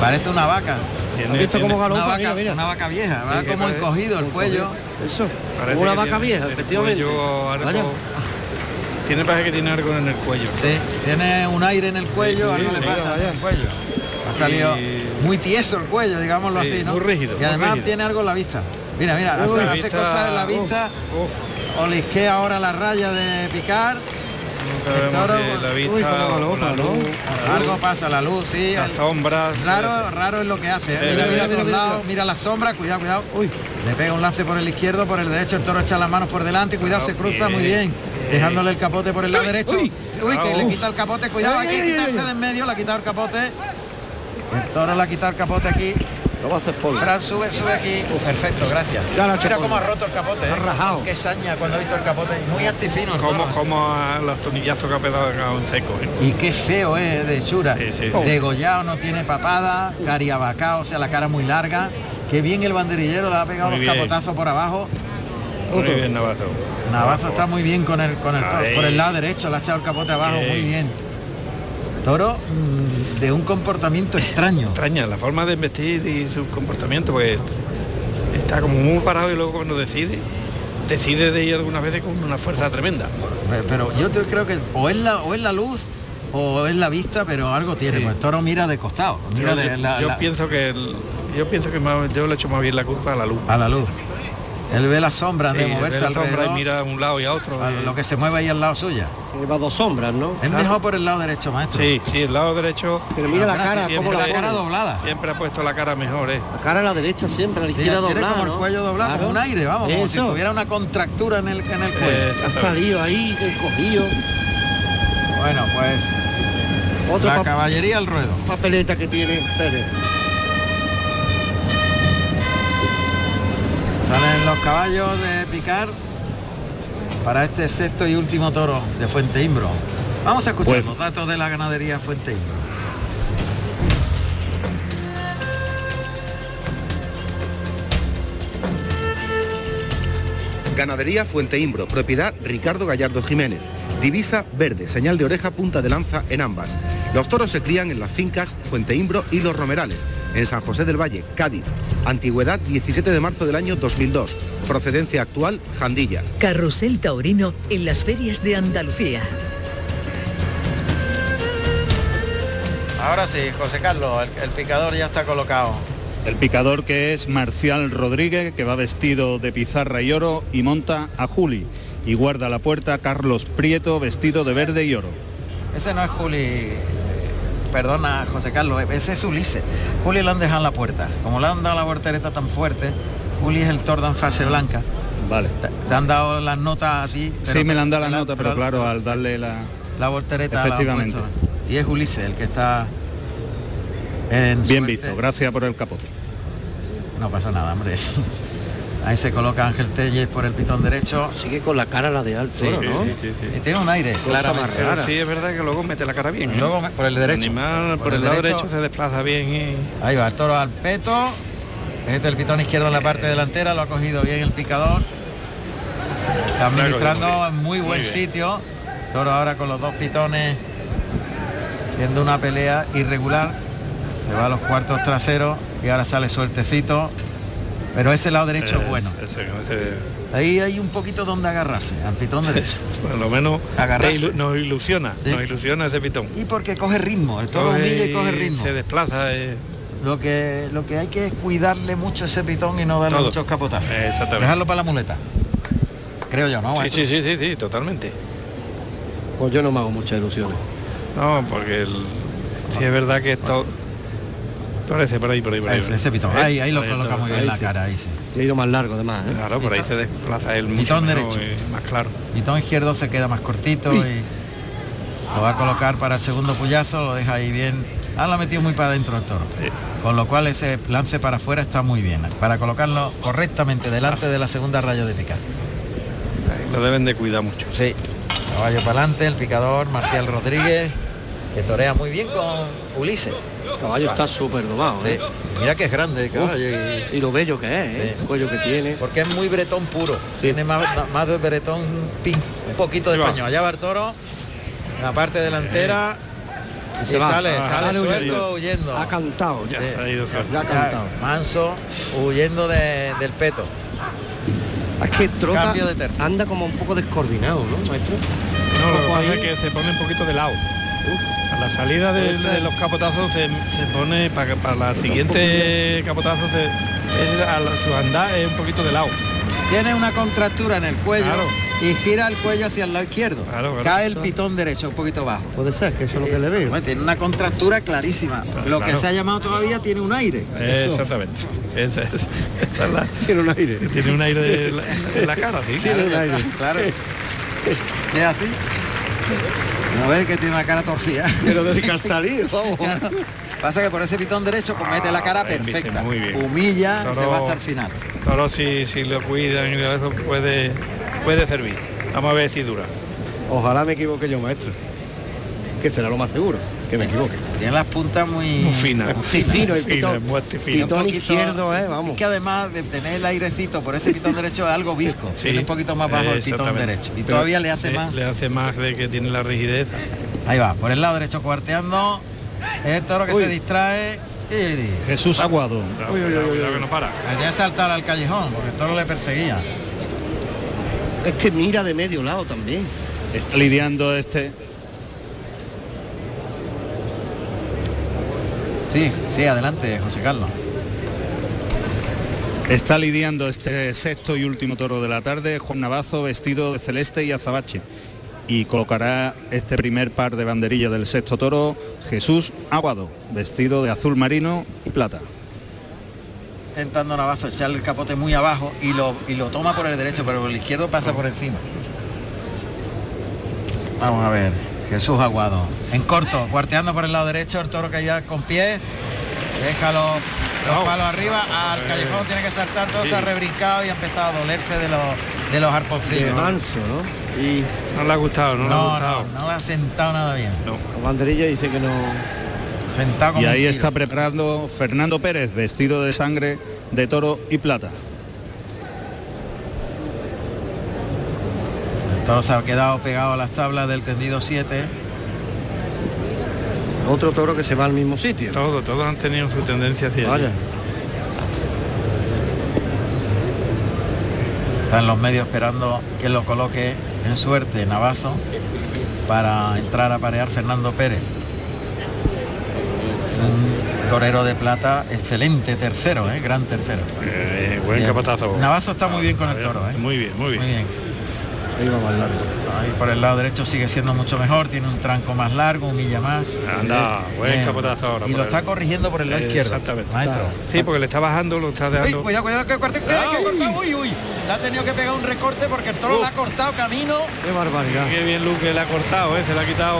[SPEAKER 1] parece una vaca.
[SPEAKER 3] Tiene-
[SPEAKER 4] ¿Has visto
[SPEAKER 3] tiene-
[SPEAKER 4] cómo
[SPEAKER 1] Una
[SPEAKER 4] galopa?
[SPEAKER 1] vaca,
[SPEAKER 4] Mira, mira.
[SPEAKER 1] una vaca vieja, va
[SPEAKER 3] Sí, que
[SPEAKER 1] como
[SPEAKER 3] parece-
[SPEAKER 1] encogido el cuello.
[SPEAKER 4] Eso.
[SPEAKER 3] Parece
[SPEAKER 4] Una
[SPEAKER 3] que
[SPEAKER 4] vaca
[SPEAKER 3] tiene
[SPEAKER 4] vieja,
[SPEAKER 3] el
[SPEAKER 4] efectivamente.
[SPEAKER 3] cuello algo-
[SPEAKER 4] Vaya.
[SPEAKER 3] tiene parece que tiene algo en el cuello.
[SPEAKER 1] Sí, tiene un aire en el cuello,
[SPEAKER 3] Sí,
[SPEAKER 1] algo
[SPEAKER 3] sí,
[SPEAKER 1] le pasa
[SPEAKER 3] vaya.
[SPEAKER 1] en el cuello. Ha salido
[SPEAKER 3] Y-
[SPEAKER 1] muy tieso el cuello, digámoslo
[SPEAKER 3] Sí,
[SPEAKER 1] así, ¿no?
[SPEAKER 3] muy rígido,
[SPEAKER 1] Y
[SPEAKER 3] muy
[SPEAKER 1] además
[SPEAKER 3] rígido.
[SPEAKER 1] tiene algo en la vista. Mira, mira,
[SPEAKER 3] Uy,
[SPEAKER 1] hace,
[SPEAKER 3] la
[SPEAKER 1] hace
[SPEAKER 3] vista-
[SPEAKER 1] cosas en la
[SPEAKER 3] oh,
[SPEAKER 1] vista,
[SPEAKER 3] oh,
[SPEAKER 1] olisquea ahora la raya de picar,
[SPEAKER 3] no sabemos
[SPEAKER 1] Ahora,
[SPEAKER 3] si la
[SPEAKER 1] uy,
[SPEAKER 3] vista,
[SPEAKER 4] cómo
[SPEAKER 3] o
[SPEAKER 4] galopa,
[SPEAKER 3] la
[SPEAKER 4] ¿no?
[SPEAKER 3] luz,
[SPEAKER 1] algo pasa, la luz, sí.
[SPEAKER 3] las sombras.
[SPEAKER 1] Raro, raro es lo que hace. ¿eh?
[SPEAKER 3] Eh,
[SPEAKER 1] Mira,
[SPEAKER 3] mira,
[SPEAKER 1] mira,
[SPEAKER 4] mira,
[SPEAKER 1] mira,
[SPEAKER 4] mira.
[SPEAKER 1] lado, mira la sombra, cuidado, cuidado.
[SPEAKER 4] Uy,
[SPEAKER 1] Le pega un lance por el izquierdo, por el derecho, el toro echa las manos por delante, cuidado, se
[SPEAKER 3] Cuidado,
[SPEAKER 1] cruza muy
[SPEAKER 3] bien,
[SPEAKER 1] bien, dejándole el capote por el lado
[SPEAKER 4] Uy,
[SPEAKER 1] derecho. Uy,
[SPEAKER 4] uy.
[SPEAKER 1] que le
[SPEAKER 3] Au.
[SPEAKER 1] quita el capote, cuidado, hay
[SPEAKER 4] Ay,
[SPEAKER 1] que
[SPEAKER 4] ay, ay,
[SPEAKER 1] quitarse
[SPEAKER 4] ay.
[SPEAKER 1] de en medio, le ha quitado el capote. El toro le ha quitado el capote aquí.
[SPEAKER 4] lo haces polvo.
[SPEAKER 1] Fran sube, sube aquí. Perfecto, gracias.
[SPEAKER 4] Ya lo ha hecho
[SPEAKER 1] Mira
[SPEAKER 4] polvo.
[SPEAKER 1] cómo ha roto el capote.
[SPEAKER 4] Ha
[SPEAKER 1] ¿eh?
[SPEAKER 4] rajado.
[SPEAKER 1] Qué saña cuando ha visto el capote. Muy actifino el
[SPEAKER 3] Como,
[SPEAKER 1] toro.
[SPEAKER 3] como a los tornillazos que ha pegado en seco. ¿eh?
[SPEAKER 1] Y qué feo es de hechura.
[SPEAKER 3] Sí, sí, sí.
[SPEAKER 1] Degollado, no tiene papada, cariabacao, o sea, la cara muy larga. Qué bien el banderillero, le ha pegado
[SPEAKER 3] Muy
[SPEAKER 1] los
[SPEAKER 3] bien.
[SPEAKER 1] capotazos por abajo.
[SPEAKER 3] Muy bien, Navazo.
[SPEAKER 1] Navazo está muy bien con el con el toro.
[SPEAKER 3] Ahí.
[SPEAKER 1] Por el lado derecho, le ha echado el capote abajo,
[SPEAKER 3] Bien.
[SPEAKER 1] muy bien. Toro mm, de un comportamiento extraño.
[SPEAKER 3] Extraña la forma de vestir y su comportamiento, porque está como muy parado y luego cuando decide, decide de ir algunas veces con una fuerza tremenda.
[SPEAKER 1] Pero, pero yo te- creo que o es la o es la luz o es la vista, pero algo tiene.
[SPEAKER 3] Sí.
[SPEAKER 1] pues el toro mira de costado, mira
[SPEAKER 3] yo,
[SPEAKER 1] de la-
[SPEAKER 3] yo
[SPEAKER 1] la-
[SPEAKER 3] pienso que el- yo pienso que más- yo le echo más bien la culpa a la luz.
[SPEAKER 1] a la luz. Él ve las sombras
[SPEAKER 3] Sí,
[SPEAKER 1] de
[SPEAKER 3] ve
[SPEAKER 1] moverse
[SPEAKER 3] la sombra y
[SPEAKER 1] alrededor,
[SPEAKER 3] mira a un lado y a otro.
[SPEAKER 1] a
[SPEAKER 3] y-
[SPEAKER 1] Ah, lo que se mueve ahí al lado suya.
[SPEAKER 4] Lleva Pues, eh, dos sombras, ¿no?
[SPEAKER 1] Es mejor por el lado derecho, maestro.
[SPEAKER 3] Sí, sí, el lado derecho
[SPEAKER 4] Pero mira la
[SPEAKER 1] Ahora
[SPEAKER 4] cara,
[SPEAKER 1] sí,
[SPEAKER 4] cómo
[SPEAKER 1] la
[SPEAKER 4] la
[SPEAKER 1] cara
[SPEAKER 4] pone.
[SPEAKER 1] doblada.
[SPEAKER 3] siempre ha puesto la cara mejor, ¿eh?
[SPEAKER 4] La cara a la derecha siempre, a la
[SPEAKER 1] Sí,
[SPEAKER 4] izquierda
[SPEAKER 1] tiene
[SPEAKER 4] doblada,
[SPEAKER 1] como el
[SPEAKER 4] ¿no?
[SPEAKER 1] cuello doblado,
[SPEAKER 4] Claro.
[SPEAKER 1] como un aire, vamos, como si
[SPEAKER 4] Eso.
[SPEAKER 1] tuviera una contractura en el, en el cuello.
[SPEAKER 4] Pues, Ha
[SPEAKER 3] Exactamente.
[SPEAKER 4] salido ahí, el cogido.
[SPEAKER 1] Bueno, pues
[SPEAKER 4] Otra
[SPEAKER 1] la
[SPEAKER 4] pa-
[SPEAKER 1] caballería al ruedo.
[SPEAKER 4] papeleta que tiene Pérez.
[SPEAKER 1] Salen los caballos de picar para este sexto y último toro de Fuente Imbro. Vamos a escuchar
[SPEAKER 2] Pues-
[SPEAKER 1] los datos de la ganadería Fuente Imbro.
[SPEAKER 5] Ganadería Fuente Imbro, propiedad Ricardo Gallardo Jiménez. Divisa verde, señal de oreja, punta de lanza en ambas. Los toros se crían en las fincas Fuente Imbro y Los Romerales, en San José del Valle, Cádiz. Antigüedad 17 de marzo del año 2002. Procedencia actual, Jandilla.
[SPEAKER 7] Carrusel Taurino en las ferias de Andalucía.
[SPEAKER 1] Ahora sí, José Carlos, el, el picador ya está colocado.
[SPEAKER 2] El picador que es Marcial Rodríguez, que va vestido de pizarra y oro y monta a Juli. Y guarda a la puerta Carlos Prieto vestido de verde y oro.
[SPEAKER 1] Ese no es Juli. eh, Perdona, José Carlos, e-, ese es Ulises. Juli lo han dejado en la puerta. Como le han dado la voltereta tan fuerte, Juli es el tordo en fase blanca.
[SPEAKER 2] Vale.
[SPEAKER 1] Te, te han dado las notas a ti. pero-
[SPEAKER 2] Sí, me la han dado la
[SPEAKER 1] te
[SPEAKER 2] nota, pero
[SPEAKER 1] te
[SPEAKER 2] claro, al darle la...
[SPEAKER 1] La voltereta la han
[SPEAKER 2] Efectivamente.
[SPEAKER 1] puesto. Y es Ulises el que está en
[SPEAKER 2] Bien
[SPEAKER 1] suerte.
[SPEAKER 2] visto, gracias por el capote.
[SPEAKER 1] No pasa nada, hombre. Ahí se coloca Ángel Telles por el pitón derecho.
[SPEAKER 4] Sigue con la cara a la de alto,
[SPEAKER 1] Sí,
[SPEAKER 4] ¿no?
[SPEAKER 3] Sí, sí, sí,
[SPEAKER 1] Y
[SPEAKER 3] sí.
[SPEAKER 1] tiene un aire, claro.
[SPEAKER 4] más
[SPEAKER 3] Pero
[SPEAKER 4] Claro.
[SPEAKER 3] sí es verdad que luego mete la cara bien. ¿eh?
[SPEAKER 1] Luego me- por el
[SPEAKER 3] El
[SPEAKER 1] derecho.
[SPEAKER 3] animal por, el, lado derecho. se desplaza bien ¿eh? y
[SPEAKER 1] Ahí va el toro al peto. Mete el pitón izquierdo en la parte delantera, lo ha cogido bien el picador. Está administrando en muy buen sitio. Toro ahora con los dos pitones, siendo una pelea irregular. Se va a los cuartos traseros y ahora sale suertecito. Pero ese lado derecho es,
[SPEAKER 3] Es-
[SPEAKER 1] bueno.
[SPEAKER 3] ese- ese-
[SPEAKER 1] Ahí hay un poquito donde agarrarse, al pitón derecho.
[SPEAKER 3] por lo menos
[SPEAKER 1] Agarrarse.
[SPEAKER 3] te ilu- nos ilusiona,
[SPEAKER 1] Sí.
[SPEAKER 3] nos ilusiona ese pitón.
[SPEAKER 1] y porque coge ritmo, el toro
[SPEAKER 3] Coge
[SPEAKER 1] humilla y coge
[SPEAKER 3] y
[SPEAKER 1] ritmo.
[SPEAKER 3] Se desplaza. eh,
[SPEAKER 1] Lo que, lo que hay que es cuidarle mucho a ese pitón y no darle
[SPEAKER 3] Todo.
[SPEAKER 1] muchos capotazos.
[SPEAKER 3] Eh, exactamente.
[SPEAKER 1] Dejarlo para la muleta. Creo yo, ¿no?
[SPEAKER 3] sí,
[SPEAKER 1] maestro?
[SPEAKER 3] sí, sí, sí, sí, totalmente.
[SPEAKER 4] Pues yo no me hago muchas ilusiones.
[SPEAKER 3] No, porque el- sí es verdad que esto parece por ahí, por ahí, por ahí.
[SPEAKER 1] Ese, ese pitón.
[SPEAKER 3] Eh,
[SPEAKER 1] Ahí, ahí lo
[SPEAKER 3] por
[SPEAKER 1] coloca
[SPEAKER 3] está.
[SPEAKER 1] muy bien
[SPEAKER 4] ahí
[SPEAKER 1] la
[SPEAKER 4] sí.
[SPEAKER 1] cara, ahí sí.
[SPEAKER 4] Yo he ido más largo además, ¿eh?
[SPEAKER 3] Claro, por ahí se desplaza el mucho
[SPEAKER 1] Pitón
[SPEAKER 3] menos,
[SPEAKER 1] derecho.
[SPEAKER 3] eh, más claro.
[SPEAKER 1] Pitón izquierdo se queda más cortito y lo va a colocar para el segundo puyazo, lo deja ahí bien. Ah, lo ha metido muy para adentro el toro.
[SPEAKER 3] Sí.
[SPEAKER 1] Con lo cual ese lance para afuera está muy bien, para colocarlo correctamente delante de la segunda raya de picar.
[SPEAKER 3] Ahí Lo deben de cuidar mucho.
[SPEAKER 1] Sí, caballo para adelante, el picador, Marcial Rodríguez, que torea muy bien con Ulises.
[SPEAKER 4] El caballo está súper domado,
[SPEAKER 1] Sí.
[SPEAKER 4] ¿eh?
[SPEAKER 1] Mira que es grande el caballo. y-
[SPEAKER 4] Y lo bello que es, ¿eh?
[SPEAKER 1] Sí.
[SPEAKER 4] El cuello que tiene.
[SPEAKER 1] Porque es muy bretón puro. Tiene más, más de bretón, pin- un poquito de
[SPEAKER 3] Ahí va.
[SPEAKER 1] español. Allá va el toro, en la parte delantera. Y
[SPEAKER 4] se va.
[SPEAKER 1] sale,
[SPEAKER 4] Ah,
[SPEAKER 1] sale
[SPEAKER 4] sale
[SPEAKER 1] suelto
[SPEAKER 4] huyendo.
[SPEAKER 1] huyendo.
[SPEAKER 4] Ha cantado ya.
[SPEAKER 3] Ya se ha ido
[SPEAKER 4] Ya ha
[SPEAKER 1] Ya,
[SPEAKER 4] cantado.
[SPEAKER 1] manso, huyendo de- del peto.
[SPEAKER 4] Es que Trota
[SPEAKER 1] Cambio de tercio.
[SPEAKER 4] anda como un poco descoordinado, ¿no, maestro?
[SPEAKER 3] No, lo que
[SPEAKER 4] Ojo
[SPEAKER 3] pasa
[SPEAKER 4] ahí.
[SPEAKER 3] es que se pone un poquito de lado. A la salida de, de los capotazos se, se pone para, para la siguiente capotazo se, es a la- su andar es un poquito de lado.
[SPEAKER 1] Tiene una contractura en el cuello
[SPEAKER 3] Claro.
[SPEAKER 1] y gira el cuello hacia el lado izquierdo.
[SPEAKER 3] Claro, claro.
[SPEAKER 1] Cae el pitón derecho un poquito bajo.
[SPEAKER 4] Puede ser, que eso es lo que le veo.
[SPEAKER 1] Bueno, tiene una contractura clarísima. Lo que
[SPEAKER 3] claro.
[SPEAKER 1] se ha llamado todavía tiene un aire.
[SPEAKER 3] Exactamente. Esa es- esa es la-
[SPEAKER 4] Tiene un aire.
[SPEAKER 3] tiene un aire de la, en la cara, sí.
[SPEAKER 4] Tiene un aire.
[SPEAKER 1] Claro. Es así. No ves que tiene la cara torcida.
[SPEAKER 4] Pero desde que al salir, vamos.
[SPEAKER 1] Claro. Pasa que por ese pitón derecho pues, mete la cara
[SPEAKER 3] Ah, bien,
[SPEAKER 1] perfecta.
[SPEAKER 3] muy bien.
[SPEAKER 1] Humilla y se
[SPEAKER 3] Toro-
[SPEAKER 1] va hasta el final.
[SPEAKER 3] Toro si, si lo cuidan y eso puede, puede servir. Vamos a ver si dura.
[SPEAKER 4] Ojalá me equivoque yo, maestro. Que será lo más seguro, que me equivoque.
[SPEAKER 1] Tiene las puntas muy,
[SPEAKER 3] Muy fina.
[SPEAKER 1] muy
[SPEAKER 4] Sí,
[SPEAKER 1] finas.
[SPEAKER 4] fino, el
[SPEAKER 3] Fino,
[SPEAKER 4] pitón.
[SPEAKER 3] muy fino.
[SPEAKER 1] Tiene un
[SPEAKER 4] Pitón
[SPEAKER 1] poquito-
[SPEAKER 4] izquierdo, eh, vamos.
[SPEAKER 1] Es que además de tener el airecito por ese pitón derecho es algo visco.
[SPEAKER 3] Sí,
[SPEAKER 1] tiene un poquito más bajo el pitón
[SPEAKER 3] exactamente.
[SPEAKER 1] derecho. Y
[SPEAKER 3] Pero
[SPEAKER 1] todavía le
[SPEAKER 4] eh,
[SPEAKER 1] hace más.
[SPEAKER 3] Le hace más de que tiene la rigidez.
[SPEAKER 1] Ahí va, por el lado derecho cuarteando. El toro que
[SPEAKER 4] Uy.
[SPEAKER 1] se distrae. Y
[SPEAKER 2] Jesús Aguado.
[SPEAKER 3] Cuidado, cuidado, cuidado que no para.
[SPEAKER 1] tenía que saltar al callejón, porque el toro le perseguía.
[SPEAKER 4] Es que mira de medio lado también.
[SPEAKER 2] Está lidiando este.
[SPEAKER 1] Sí, sí, adelante, José Carlos.
[SPEAKER 2] Está lidiando este sexto y último toro de la tarde, Juan Navazo vestido de celeste y azabache. Y colocará este primer par de banderillas del sexto toro, Jesús Aguado, vestido de azul marino y plata.
[SPEAKER 1] Intentando Navazo echarle el capote muy abajo y lo, y lo toma por el derecho, pero el izquierdo pasa por encima. Vamos a ver, Jesús Aguado. En corto, cuarteando por el lado derecho, el toro que ya con pies. Déjalo los palos arriba,
[SPEAKER 2] Eh.
[SPEAKER 1] al callejón tiene que saltar, todo se ha rebrincado y ha empezado a dolerse de los, de los
[SPEAKER 4] De
[SPEAKER 1] arponcillos.
[SPEAKER 4] manso, ¿no? Y
[SPEAKER 3] No le ha gustado, no, le ha
[SPEAKER 1] No, no,
[SPEAKER 3] gustado.
[SPEAKER 1] no le ha sentado nada bien.
[SPEAKER 4] la banderilla dice que no.
[SPEAKER 1] Sentado como
[SPEAKER 2] Y ahí
[SPEAKER 1] un
[SPEAKER 2] está
[SPEAKER 1] tiro.
[SPEAKER 2] preparando Fernando Pérez, vestido de sangre, de toro y plata.
[SPEAKER 1] Entonces ha quedado pegado a las tablas del tendido 7.
[SPEAKER 4] Otro toro que se va al mismo sitio.
[SPEAKER 3] Todo, todos han tenido su tendencia hacia allí.
[SPEAKER 4] Vaya.
[SPEAKER 1] Está en los medios esperando que lo coloque en suerte Navazo para entrar a parear Fernando Pérez. Un torero de plata, excelente tercero, ¿eh? gran tercero.
[SPEAKER 3] Eh, buen
[SPEAKER 1] Bien.
[SPEAKER 3] capotazo.
[SPEAKER 1] Navazo está muy bien con el
[SPEAKER 3] Javier.
[SPEAKER 1] toro, ¿eh?
[SPEAKER 3] Muy bien, muy bien.
[SPEAKER 1] Muy bien.
[SPEAKER 4] Ahí va más largo.
[SPEAKER 1] Ahí por el lado derecho sigue siendo mucho mejor, tiene un tranco más largo, un milla más.
[SPEAKER 3] Anda, buen
[SPEAKER 1] Bien.
[SPEAKER 3] capotazo ahora
[SPEAKER 1] Y
[SPEAKER 3] por
[SPEAKER 1] lo
[SPEAKER 3] el-
[SPEAKER 1] está corrigiendo por el lado izquierdo.
[SPEAKER 3] Exactamente.
[SPEAKER 1] Maestro.
[SPEAKER 3] Sí, porque le está bajando, lo está Ah,
[SPEAKER 1] Uy,
[SPEAKER 3] dejando.
[SPEAKER 1] cuidado, cuidado, que corte, cuidado, que
[SPEAKER 3] Au.
[SPEAKER 1] corta. Uy, uy. Le ha tenido que pegar un recorte porque el toro
[SPEAKER 3] Uh.
[SPEAKER 1] le ha cortado camino.
[SPEAKER 4] Qué barbaridad.
[SPEAKER 3] Qué bien Luque le ha cortado, eh, se le ha quitado.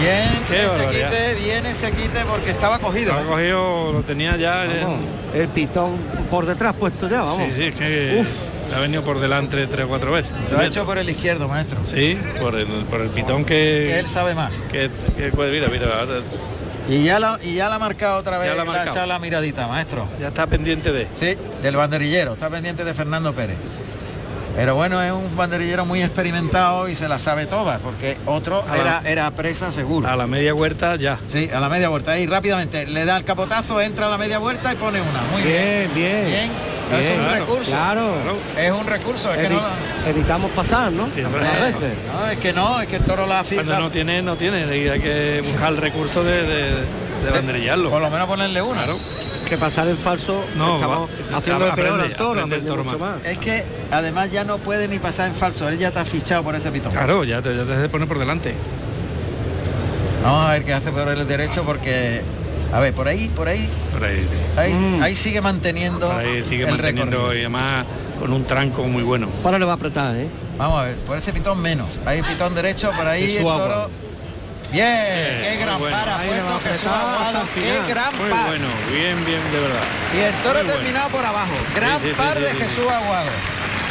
[SPEAKER 1] Bien, ese
[SPEAKER 3] Qué barbaridad.
[SPEAKER 1] quite, bien ese quite porque estaba cogido.
[SPEAKER 3] Lo ha
[SPEAKER 1] ¿eh?
[SPEAKER 3] cogido, lo tenía ya. en-
[SPEAKER 4] Vamos, Oh, el pitón por detrás puesto ya, vamos.
[SPEAKER 3] sí, sí, es que le ha venido por delante tres o cuatro veces.
[SPEAKER 1] Lo ha hecho por el izquierdo, maestro.
[SPEAKER 3] Sí, por el, por el pitón
[SPEAKER 1] Que
[SPEAKER 3] que.
[SPEAKER 1] él sabe más.
[SPEAKER 3] que, que- pues, mira, mira, ahora
[SPEAKER 1] Y ya la, y ya la ha marcado otra vez,
[SPEAKER 3] Ya la ha
[SPEAKER 1] le ha
[SPEAKER 3] marcado.
[SPEAKER 1] echado la miradita, maestro.
[SPEAKER 3] ya está pendiente de.
[SPEAKER 1] Sí, del banderillero, está pendiente de Fernando Pérez. Pero bueno, es un banderillero muy experimentado y se la sabe todas, porque otro
[SPEAKER 3] A la-
[SPEAKER 1] era, era presa seguro.
[SPEAKER 3] A la media huerta ya.
[SPEAKER 1] Sí, a la media vuelta. Ahí rápidamente le da el capotazo, entra a la media vuelta y pone una. Muy bien.
[SPEAKER 4] Bien, bien.
[SPEAKER 1] Bien. es
[SPEAKER 4] Bien,
[SPEAKER 1] un
[SPEAKER 4] claro,
[SPEAKER 1] recurso.
[SPEAKER 4] Claro.
[SPEAKER 1] Es un recurso. Es que no,
[SPEAKER 4] Evi- Evitamos pasar, ¿no?
[SPEAKER 3] Sí,
[SPEAKER 4] Las
[SPEAKER 3] claro.
[SPEAKER 4] veces.
[SPEAKER 1] no, es que no, es que el toro la afirma.
[SPEAKER 3] Cuando no tiene, no tiene. Y hay que buscar el recurso de, de, de banderillarlo.
[SPEAKER 1] Por lo menos ponerle una.
[SPEAKER 3] Claro.
[SPEAKER 4] Que pasar el falso
[SPEAKER 3] No,
[SPEAKER 4] estamos
[SPEAKER 3] va-
[SPEAKER 4] haciendo de peor
[SPEAKER 3] aprende,
[SPEAKER 4] al toro,
[SPEAKER 3] aprende el
[SPEAKER 4] aprende
[SPEAKER 3] toro
[SPEAKER 4] mucho
[SPEAKER 3] más.
[SPEAKER 4] más.
[SPEAKER 1] Es que además ya no puede ni pasar en falso. Él ya está fichado por ese pitón.
[SPEAKER 3] Claro, ya te, ya te has de poner por delante.
[SPEAKER 1] Vamos a ver qué hace por el derecho porque. A ver, por ahí, por ahí,
[SPEAKER 3] Por ahí,
[SPEAKER 1] ahí,
[SPEAKER 4] Mm.
[SPEAKER 1] ahí sigue manteniendo
[SPEAKER 3] por ahí sigue
[SPEAKER 1] Ah, el
[SPEAKER 3] manteniendo
[SPEAKER 1] récord.
[SPEAKER 3] y además con un tranco muy bueno.
[SPEAKER 4] Ahora le va a apretar, ¿eh?
[SPEAKER 1] Vamos a ver, por ese pitón menos. Ahí pitón derecho, por ahí
[SPEAKER 3] Jesús
[SPEAKER 1] el
[SPEAKER 3] Aguado.
[SPEAKER 1] toro. Bien, qué
[SPEAKER 3] Eh, muy
[SPEAKER 1] gran
[SPEAKER 3] bueno.
[SPEAKER 1] para ha
[SPEAKER 4] Ahí le va a
[SPEAKER 1] puesto Jesús
[SPEAKER 4] apretar hasta
[SPEAKER 1] Aguado,
[SPEAKER 4] el final.
[SPEAKER 1] qué gran
[SPEAKER 3] Muy
[SPEAKER 1] par.
[SPEAKER 3] bueno, bien, bien, de verdad.
[SPEAKER 1] Y el toro
[SPEAKER 3] Muy bueno.
[SPEAKER 1] terminado por abajo. Gran
[SPEAKER 3] Sí, sí, sí,
[SPEAKER 1] par
[SPEAKER 3] sí,
[SPEAKER 1] de
[SPEAKER 3] sí. Ah.
[SPEAKER 1] Jesús Aguado.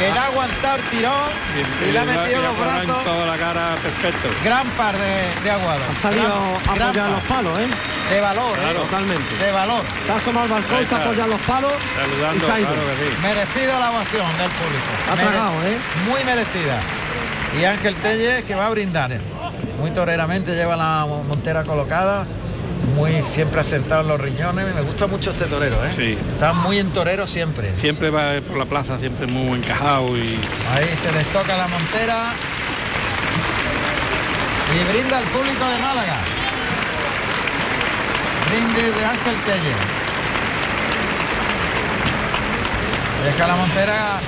[SPEAKER 1] Que le ha aguantado el tirón
[SPEAKER 3] Bien,
[SPEAKER 1] y le ha
[SPEAKER 3] bien,
[SPEAKER 1] metido
[SPEAKER 3] le ha
[SPEAKER 1] los
[SPEAKER 3] colgado en
[SPEAKER 1] brazos.
[SPEAKER 3] toda la cara, perfecto.
[SPEAKER 1] Gran par de, de Aguado.
[SPEAKER 4] Ha salido
[SPEAKER 1] Gran-
[SPEAKER 4] a
[SPEAKER 1] gran
[SPEAKER 4] apoyar
[SPEAKER 1] par.
[SPEAKER 4] los palos, ¿eh?
[SPEAKER 1] De valor, ¿eh?
[SPEAKER 4] Totalmente.
[SPEAKER 1] de valor.
[SPEAKER 4] Se ha asomado al
[SPEAKER 3] Ahí
[SPEAKER 4] balcón, se
[SPEAKER 3] está.
[SPEAKER 4] ha apoyado los palos.
[SPEAKER 3] Saludando,
[SPEAKER 4] y se ha ido.
[SPEAKER 3] claro que sí.
[SPEAKER 1] Merecida la ovación del público.
[SPEAKER 4] Ha
[SPEAKER 1] Mere-
[SPEAKER 4] tragado, ¿eh?
[SPEAKER 1] Muy merecida. Y Ángel Telles que va a brindar. ¿eh? Muy toreramente lleva la mo- montera colocada. Muy siempre asentado en los riñones. Me gusta mucho este torero, ¿eh?
[SPEAKER 3] Sí.
[SPEAKER 1] Está muy en torero siempre.
[SPEAKER 3] Siempre va por la plaza, siempre muy encajado y
[SPEAKER 1] Ahí se destoca la montera. Y brinda al público de Málaga. Brindis de Ángel Telle. Deja la montera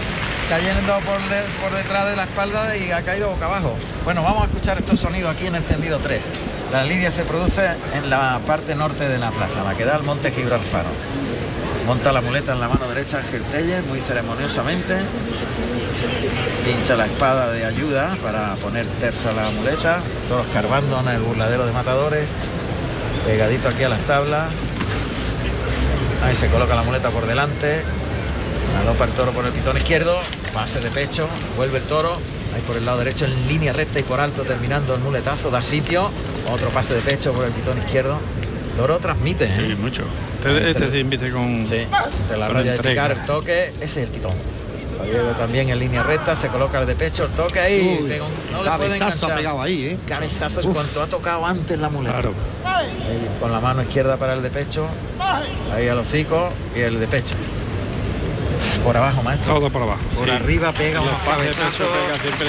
[SPEAKER 1] cayendo por, de- por detrás de la espalda y ha caído boca abajo. Bueno, vamos a escuchar estos sonidos aquí en el tendido 3. La lidia se produce en la parte norte de la plaza, la que da al monte Gibralfaro. Monta la muleta en la mano derecha Ángel Telles, muy ceremoniosamente pincha la espada de ayuda para poner tersa la muleta, todos carbando en el burladero de matadores, pegadito aquí a las tablas, ahí se coloca la muleta por delante, galopa el toro por el pitón izquierdo, pase de pecho, vuelve el toro, ahí por el lado derecho en línea recta y por alto terminando el muletazo, da sitio, otro pase de pecho por el pitón izquierdo, toro transmite, ¿eh?
[SPEAKER 3] sí, mucho. Este, este se invite con
[SPEAKER 1] Sí,
[SPEAKER 4] Ah.
[SPEAKER 1] te la
[SPEAKER 3] con
[SPEAKER 1] raya de
[SPEAKER 3] entrega.
[SPEAKER 1] picar, el toque, ese es el pitón. Lo lleva también en línea recta, se coloca el de pecho, el toque ahí,
[SPEAKER 4] Uy,
[SPEAKER 1] pega un- no le puede
[SPEAKER 4] cabezazo ha
[SPEAKER 1] enganchar.
[SPEAKER 4] pegado ahí, ¿eh?
[SPEAKER 1] Cabezazo en cuanto ha tocado antes la muleta.
[SPEAKER 3] Claro.
[SPEAKER 1] Ahí, con la mano izquierda para el de pecho, ahí al hocico y el de pecho. Por abajo, maestro.
[SPEAKER 3] Todo por abajo.
[SPEAKER 4] Oh,
[SPEAKER 1] Por
[SPEAKER 3] sí.
[SPEAKER 1] arriba pega
[SPEAKER 3] Los
[SPEAKER 1] unos
[SPEAKER 3] pases de
[SPEAKER 1] cabezazos.
[SPEAKER 3] pecho pega siempre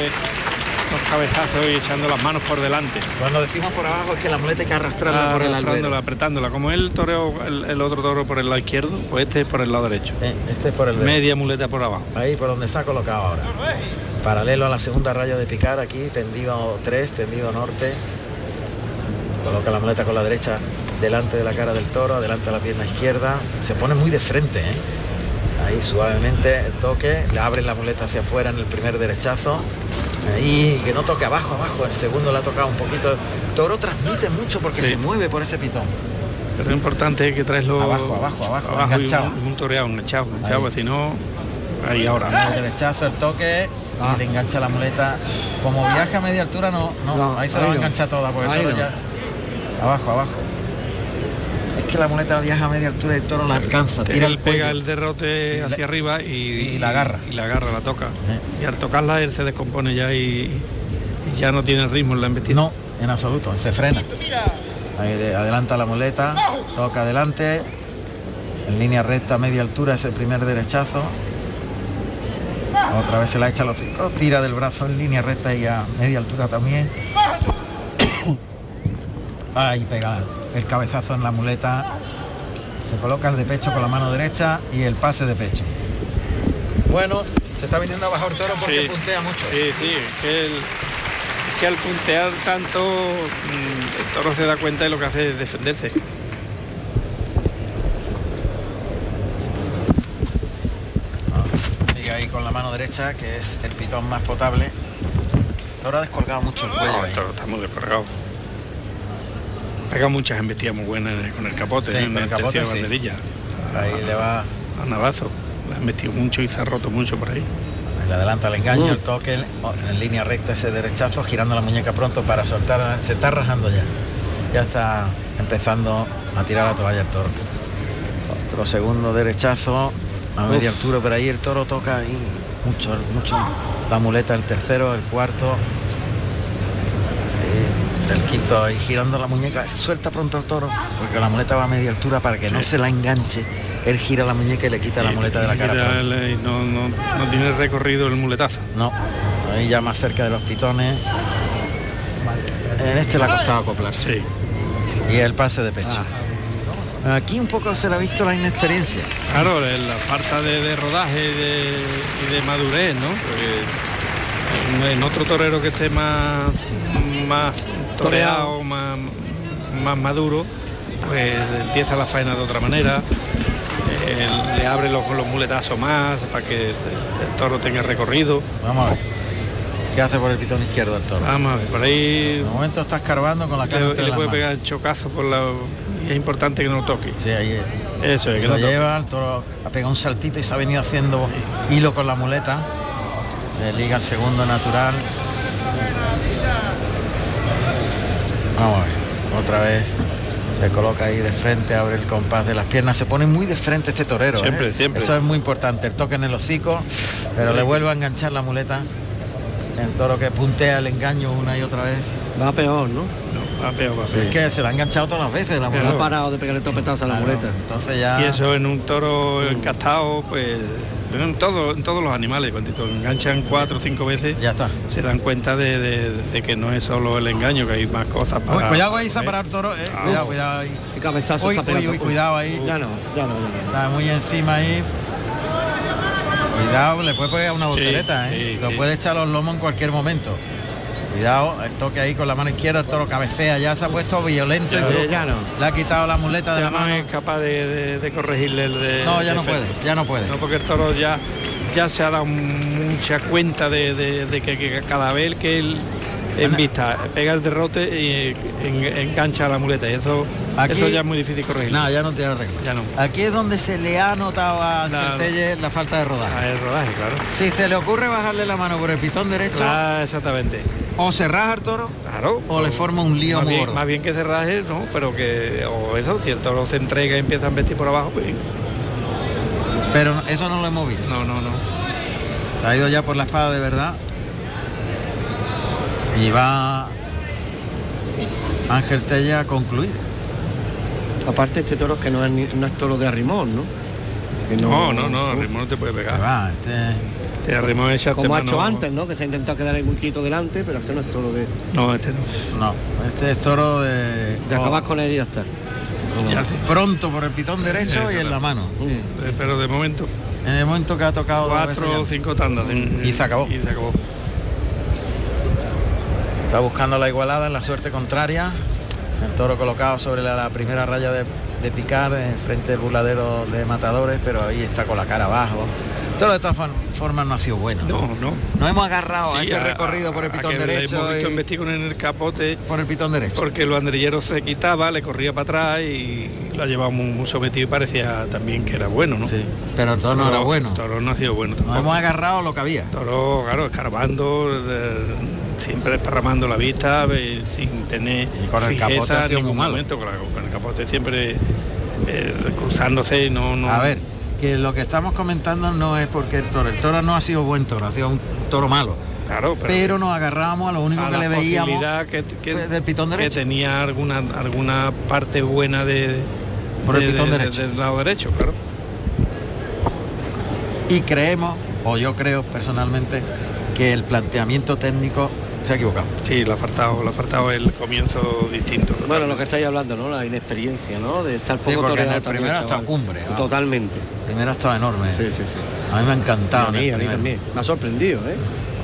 [SPEAKER 3] los cabezazos y echando las manos por delante.
[SPEAKER 1] Cuando decimos por abajo es que la muleta hay que arrastrarla por
[SPEAKER 4] Ah,
[SPEAKER 1] el albero.
[SPEAKER 3] Arrastrándola, apretándola. Como el toreo, el, el otro toro por el lado izquierdo, pues este es por el lado derecho.
[SPEAKER 1] Eh, este es por el dedo.
[SPEAKER 3] Media muleta por abajo.
[SPEAKER 1] Ahí por donde se ha colocado ahora. Paralelo a la segunda raya de picar aquí, tendido 3, tendido norte. Coloca la muleta con la derecha delante de la cara del toro, adelanta la pierna izquierda. Se pone muy de frente. ¿eh? Ahí suavemente el toque, le abre la muleta hacia afuera en el primer derechazo. Ahí que no toque abajo, abajo. El segundo le ha tocado un poquito. El toro transmite mucho porque
[SPEAKER 3] Sí.
[SPEAKER 1] se mueve por ese pitón.
[SPEAKER 3] Pero lo importante es que traeslo
[SPEAKER 1] Abajo, abajo, abajo,
[SPEAKER 3] abajo y
[SPEAKER 1] enganchado.
[SPEAKER 3] un, un toreado, enganchado, enganchado, pues
[SPEAKER 1] Ahí.
[SPEAKER 3] si no, ahí
[SPEAKER 1] Con
[SPEAKER 3] ahora.
[SPEAKER 1] El derechazo, el toque
[SPEAKER 4] Ah.
[SPEAKER 1] y le engancha la muleta. Como viaja a media altura, no, no,
[SPEAKER 4] No,
[SPEAKER 1] ahí se la va a
[SPEAKER 4] ahí no.
[SPEAKER 1] enganchar toda porque el
[SPEAKER 4] Ahí
[SPEAKER 1] toro
[SPEAKER 4] no.
[SPEAKER 1] ya. Abajo, abajo. Es que la muleta viaja a media altura y el toro la alcanza, tira
[SPEAKER 3] Él
[SPEAKER 1] el
[SPEAKER 3] pega
[SPEAKER 1] cuello.
[SPEAKER 3] el derrote
[SPEAKER 1] la-
[SPEAKER 3] hacia arriba y,
[SPEAKER 1] y la agarra.
[SPEAKER 3] Y la agarra, la toca.
[SPEAKER 1] Eh.
[SPEAKER 3] Y al tocarla él se descompone ya y, y ya no tiene ritmo en la embestida.
[SPEAKER 1] No, en absoluto, se frena. Ahí le adelanta la muleta, toca adelante, en línea recta, media altura, es el primer derechazo. Otra vez se la echa a los cinco, tira del brazo en línea recta y a media altura también. Ahí pega el cabezazo en la muleta. Se coloca el de pecho con la mano derecha y el pase de pecho. Bueno, se está viniendo abajo el toro porque
[SPEAKER 3] Sí.
[SPEAKER 1] puntea mucho.
[SPEAKER 3] Sí, sí, es que, el- es que al puntear tanto, mm, el toro se da cuenta de lo que hace es defenderse.
[SPEAKER 1] Sigue ahí con la mano derecha, que es el pitón más potable. Ahora ha descolgado mucho el cuello.
[SPEAKER 3] No, el
[SPEAKER 1] ahí.
[SPEAKER 3] toro está muy descargado. Pega muchas embestidas muy buenas en el- con el capote, ¿eh?
[SPEAKER 1] Sí,
[SPEAKER 3] en
[SPEAKER 1] con
[SPEAKER 3] el
[SPEAKER 1] el capote,
[SPEAKER 3] tercio de
[SPEAKER 1] sí.
[SPEAKER 3] banderilla.
[SPEAKER 1] Ahí le va,
[SPEAKER 3] A Navazo. La han metido mucho y se ha roto mucho por ahí.
[SPEAKER 1] le adelanta el
[SPEAKER 3] Mm.
[SPEAKER 1] engaño, el toque, el- oh, en línea recta ese derechazo, girando la muñeca pronto para soltar, se está rajando ya. Ya está empezando a tirar la toalla el toro. Otro segundo derechazo, a media altura, pero ahí el toro toca ahí mucho, mucho. La muleta, el tercero, el cuarto. eh, el quinto y girando la muñeca, suelta pronto el toro, porque la muleta va a media altura para que no se la enganche. Él gira la muñeca y le quita la
[SPEAKER 3] Y-
[SPEAKER 1] muleta de la
[SPEAKER 3] y
[SPEAKER 1] cara.
[SPEAKER 3] ya le- no, no- no tiene recorrido el muletazo.
[SPEAKER 1] No, ahí ya más cerca de los pitones. En este le ha costado acoplarse. Y el pase de pecho. Ah. Aquí un poco se le ha visto la inexperiencia.
[SPEAKER 3] Claro, la la falta de, de rodaje y de, y de madurez, ¿no? Porque en- en otro torero que esté más, más toreado, más, más maduro, pues empieza la faena de otra manera, eh, le abre los, los muletazos más para que el, el toro tenga recorrido.
[SPEAKER 1] Vamos a ver. ¿Qué hace por el pitón izquierdo el toro?
[SPEAKER 3] Vamos a ver, por ahí
[SPEAKER 1] De momento está escarbando con la cara.
[SPEAKER 3] le,
[SPEAKER 1] entre
[SPEAKER 3] le
[SPEAKER 1] las
[SPEAKER 3] puede
[SPEAKER 1] manos.
[SPEAKER 3] pegar chocazo por la. y es importante que no lo toque.
[SPEAKER 1] Sí, ahí es.
[SPEAKER 3] Eso es, que
[SPEAKER 1] lo
[SPEAKER 3] no toque.
[SPEAKER 1] lleva, el toro ha pegado un saltito y se ha venido haciendo hilo con la muleta. Le liga el segundo natural. Vamos a ver, otra vez se coloca ahí de frente, abre el compás de las piernas, se pone muy de frente este torero. ¿eh?
[SPEAKER 3] Siempre, siempre.
[SPEAKER 1] Eso es muy importante, el toque en el hocico, pero le vuelve a enganchar la muleta. El toro que puntea el engaño una y otra vez.
[SPEAKER 4] Va peor, ¿no?
[SPEAKER 3] No, va peor, va peor.
[SPEAKER 1] Es que se la ha enganchado todas las veces la
[SPEAKER 4] No
[SPEAKER 1] muleta.
[SPEAKER 4] ha parado de pegarle topetazo a la muleta.
[SPEAKER 1] Entonces ya.
[SPEAKER 3] Y eso en un toro encastado, pues en, todo, en todos los animales, cuando te enganchan cuatro o cinco veces,
[SPEAKER 1] Ya está.
[SPEAKER 3] se dan cuenta de, de- de que no es solo el engaño, que hay más cosas
[SPEAKER 1] Uy,
[SPEAKER 3] para...
[SPEAKER 1] cuidado pues ahí, para el toro. eh. Cuidado, cuidado ahí.
[SPEAKER 4] Qué cabezazo
[SPEAKER 1] Uy,
[SPEAKER 4] está
[SPEAKER 1] uy,
[SPEAKER 4] pegando.
[SPEAKER 1] uy, cuidado ahí.
[SPEAKER 4] Ya no, ya no, ya no.
[SPEAKER 1] Está muy encima ahí. Cuidado, le puede pegar una voltereta, ¿eh?
[SPEAKER 3] sí,
[SPEAKER 1] Lo
[SPEAKER 3] sí.
[SPEAKER 1] puede echar los lomos en cualquier momento. Cuidado, el toque ahí con la mano izquierda, el toro cabecea, ya se ha puesto violento y
[SPEAKER 4] Eh,
[SPEAKER 1] brusco.
[SPEAKER 4] ya no.
[SPEAKER 1] Le ha quitado la muleta de la
[SPEAKER 3] Ya no
[SPEAKER 1] mano.
[SPEAKER 3] es capaz de, de- de corregirle el de...
[SPEAKER 1] No, ya no
[SPEAKER 3] defecto.
[SPEAKER 1] puede, ya no puede.
[SPEAKER 3] No, porque el toro ya, ya se ha dado mucha cuenta de, de- de que, que cada vez que él en vista pega el derrote y en- engancha la muleta. Y eso,
[SPEAKER 1] Aquí-
[SPEAKER 3] eso ya es muy difícil corregir.
[SPEAKER 1] No, Pues ya no tiene arreglo.
[SPEAKER 3] Ya no.
[SPEAKER 1] Aquí es donde se le ha notado a
[SPEAKER 3] La-
[SPEAKER 1] Tertelle la falta de rodaje.
[SPEAKER 3] Ah, el rodaje, claro.
[SPEAKER 1] Si se le ocurre bajarle la mano por el pitón derecho,
[SPEAKER 3] Ah, exactamente.
[SPEAKER 1] o se raja el toro,
[SPEAKER 3] Claro.
[SPEAKER 1] o le forma un lío
[SPEAKER 3] más
[SPEAKER 1] muy
[SPEAKER 3] bien,
[SPEAKER 1] gordo.
[SPEAKER 3] más bien que se raje, ¿no? Pero que, o eso, si el toro se entrega y empieza a vestir por abajo, pues
[SPEAKER 1] pero eso no lo hemos visto.
[SPEAKER 3] no, no, no.
[SPEAKER 1] Ha ido ya por la espada de verdad. Y va Ángel Tella a concluir.
[SPEAKER 4] Aparte este toro es que no es, ni- no es toro de arrimón, ¿no? Que
[SPEAKER 3] No, no, no, el ritmo no te puede
[SPEAKER 1] Que
[SPEAKER 3] pegar.
[SPEAKER 1] va, este-
[SPEAKER 3] Te arrimó esa
[SPEAKER 4] Como ha hecho antes, ¿no? Que se ha intentado quedar el huequito delante, pero es que no es toro de,
[SPEAKER 3] No, este no.
[SPEAKER 1] no, este es toro de,
[SPEAKER 4] de acabar con él y ya está.
[SPEAKER 3] Ya sé.
[SPEAKER 1] pronto por el pitón derecho
[SPEAKER 3] Sí,
[SPEAKER 1] y en la mano.
[SPEAKER 4] Mm.
[SPEAKER 3] Eh, Pero de momento,
[SPEAKER 1] En el momento que ha tocado dos veces
[SPEAKER 3] cuatro
[SPEAKER 1] ya.
[SPEAKER 3] o
[SPEAKER 1] Mm,
[SPEAKER 3] cinco tandas. ¿eh?
[SPEAKER 1] Y se acabó.
[SPEAKER 3] Y se acabó.
[SPEAKER 1] Está buscando la igualada en la suerte contraria. El toro colocado sobre la, la primera raya de, de picar, eh, frente del burladero de matadores, pero ahí está con la cara abajo. Todo de todas fon- formas no ha sido bueno.
[SPEAKER 3] No, no.
[SPEAKER 1] No hemos agarrado a
[SPEAKER 3] Sí,
[SPEAKER 1] ese
[SPEAKER 3] a-
[SPEAKER 1] recorrido por el
[SPEAKER 3] a- a
[SPEAKER 1] pitón
[SPEAKER 3] que le
[SPEAKER 1] derecho.
[SPEAKER 3] Hemos visto
[SPEAKER 1] y-
[SPEAKER 3] en Vestículo en el capote
[SPEAKER 1] por el pitón derecho.
[SPEAKER 3] porque el banderillero se quitaba, le corría para atrás y la llevaba muy, muy sometido y parecía también que era bueno, ¿no?
[SPEAKER 1] Sí, pero el toro no era
[SPEAKER 3] Toro-
[SPEAKER 1] bueno.
[SPEAKER 3] Toro no ha sido bueno
[SPEAKER 1] Nos
[SPEAKER 3] tampoco.
[SPEAKER 1] hemos agarrado lo que había.
[SPEAKER 3] Toro, claro, escarbando, eh, siempre desparramando la vista, eh, sin tener
[SPEAKER 1] Y con el capote ha
[SPEAKER 3] fijeza en
[SPEAKER 1] sido
[SPEAKER 3] ningún
[SPEAKER 1] muy malo.
[SPEAKER 3] momento, con, la- con el capote siempre eh, cruzándose, no, no.
[SPEAKER 1] A ver, que lo que estamos comentando no es porque el toro, el toro no ha sido buen toro, ha sido un toro malo.
[SPEAKER 3] claro,
[SPEAKER 1] Pero,
[SPEAKER 3] pero,
[SPEAKER 1] nos agarramos a lo único
[SPEAKER 3] a
[SPEAKER 1] que
[SPEAKER 3] la
[SPEAKER 1] le veíamos.
[SPEAKER 3] posibilidad que, que-
[SPEAKER 1] fue del pitón
[SPEAKER 3] que
[SPEAKER 1] derecho.
[SPEAKER 3] tenía alguna alguna parte buena de
[SPEAKER 1] Por el
[SPEAKER 3] de-
[SPEAKER 1] pitón
[SPEAKER 3] de-
[SPEAKER 1] derecho.
[SPEAKER 3] del lado derecho, claro.
[SPEAKER 1] Y creemos, o yo creo personalmente, que el planteamiento técnico se ha equivocado.
[SPEAKER 3] Sí, le ha faltado, le ha faltado el comienzo distinto.
[SPEAKER 4] Bueno, lo
[SPEAKER 3] totalmente.
[SPEAKER 4] que estáis hablando, ¿no? La inexperiencia, ¿no? De estar poco
[SPEAKER 1] Sí, porque en
[SPEAKER 4] toreado
[SPEAKER 1] el
[SPEAKER 4] también,
[SPEAKER 1] primero hasta
[SPEAKER 4] chaval.
[SPEAKER 1] cumbre, vamos.
[SPEAKER 4] Totalmente.
[SPEAKER 1] Primero estaba enorme.
[SPEAKER 4] Sí, sí, sí.
[SPEAKER 1] A mí me ha encantado.
[SPEAKER 4] a
[SPEAKER 1] en el
[SPEAKER 4] mí, a mí
[SPEAKER 1] primero.
[SPEAKER 4] también. Me ha sorprendido, ¿eh?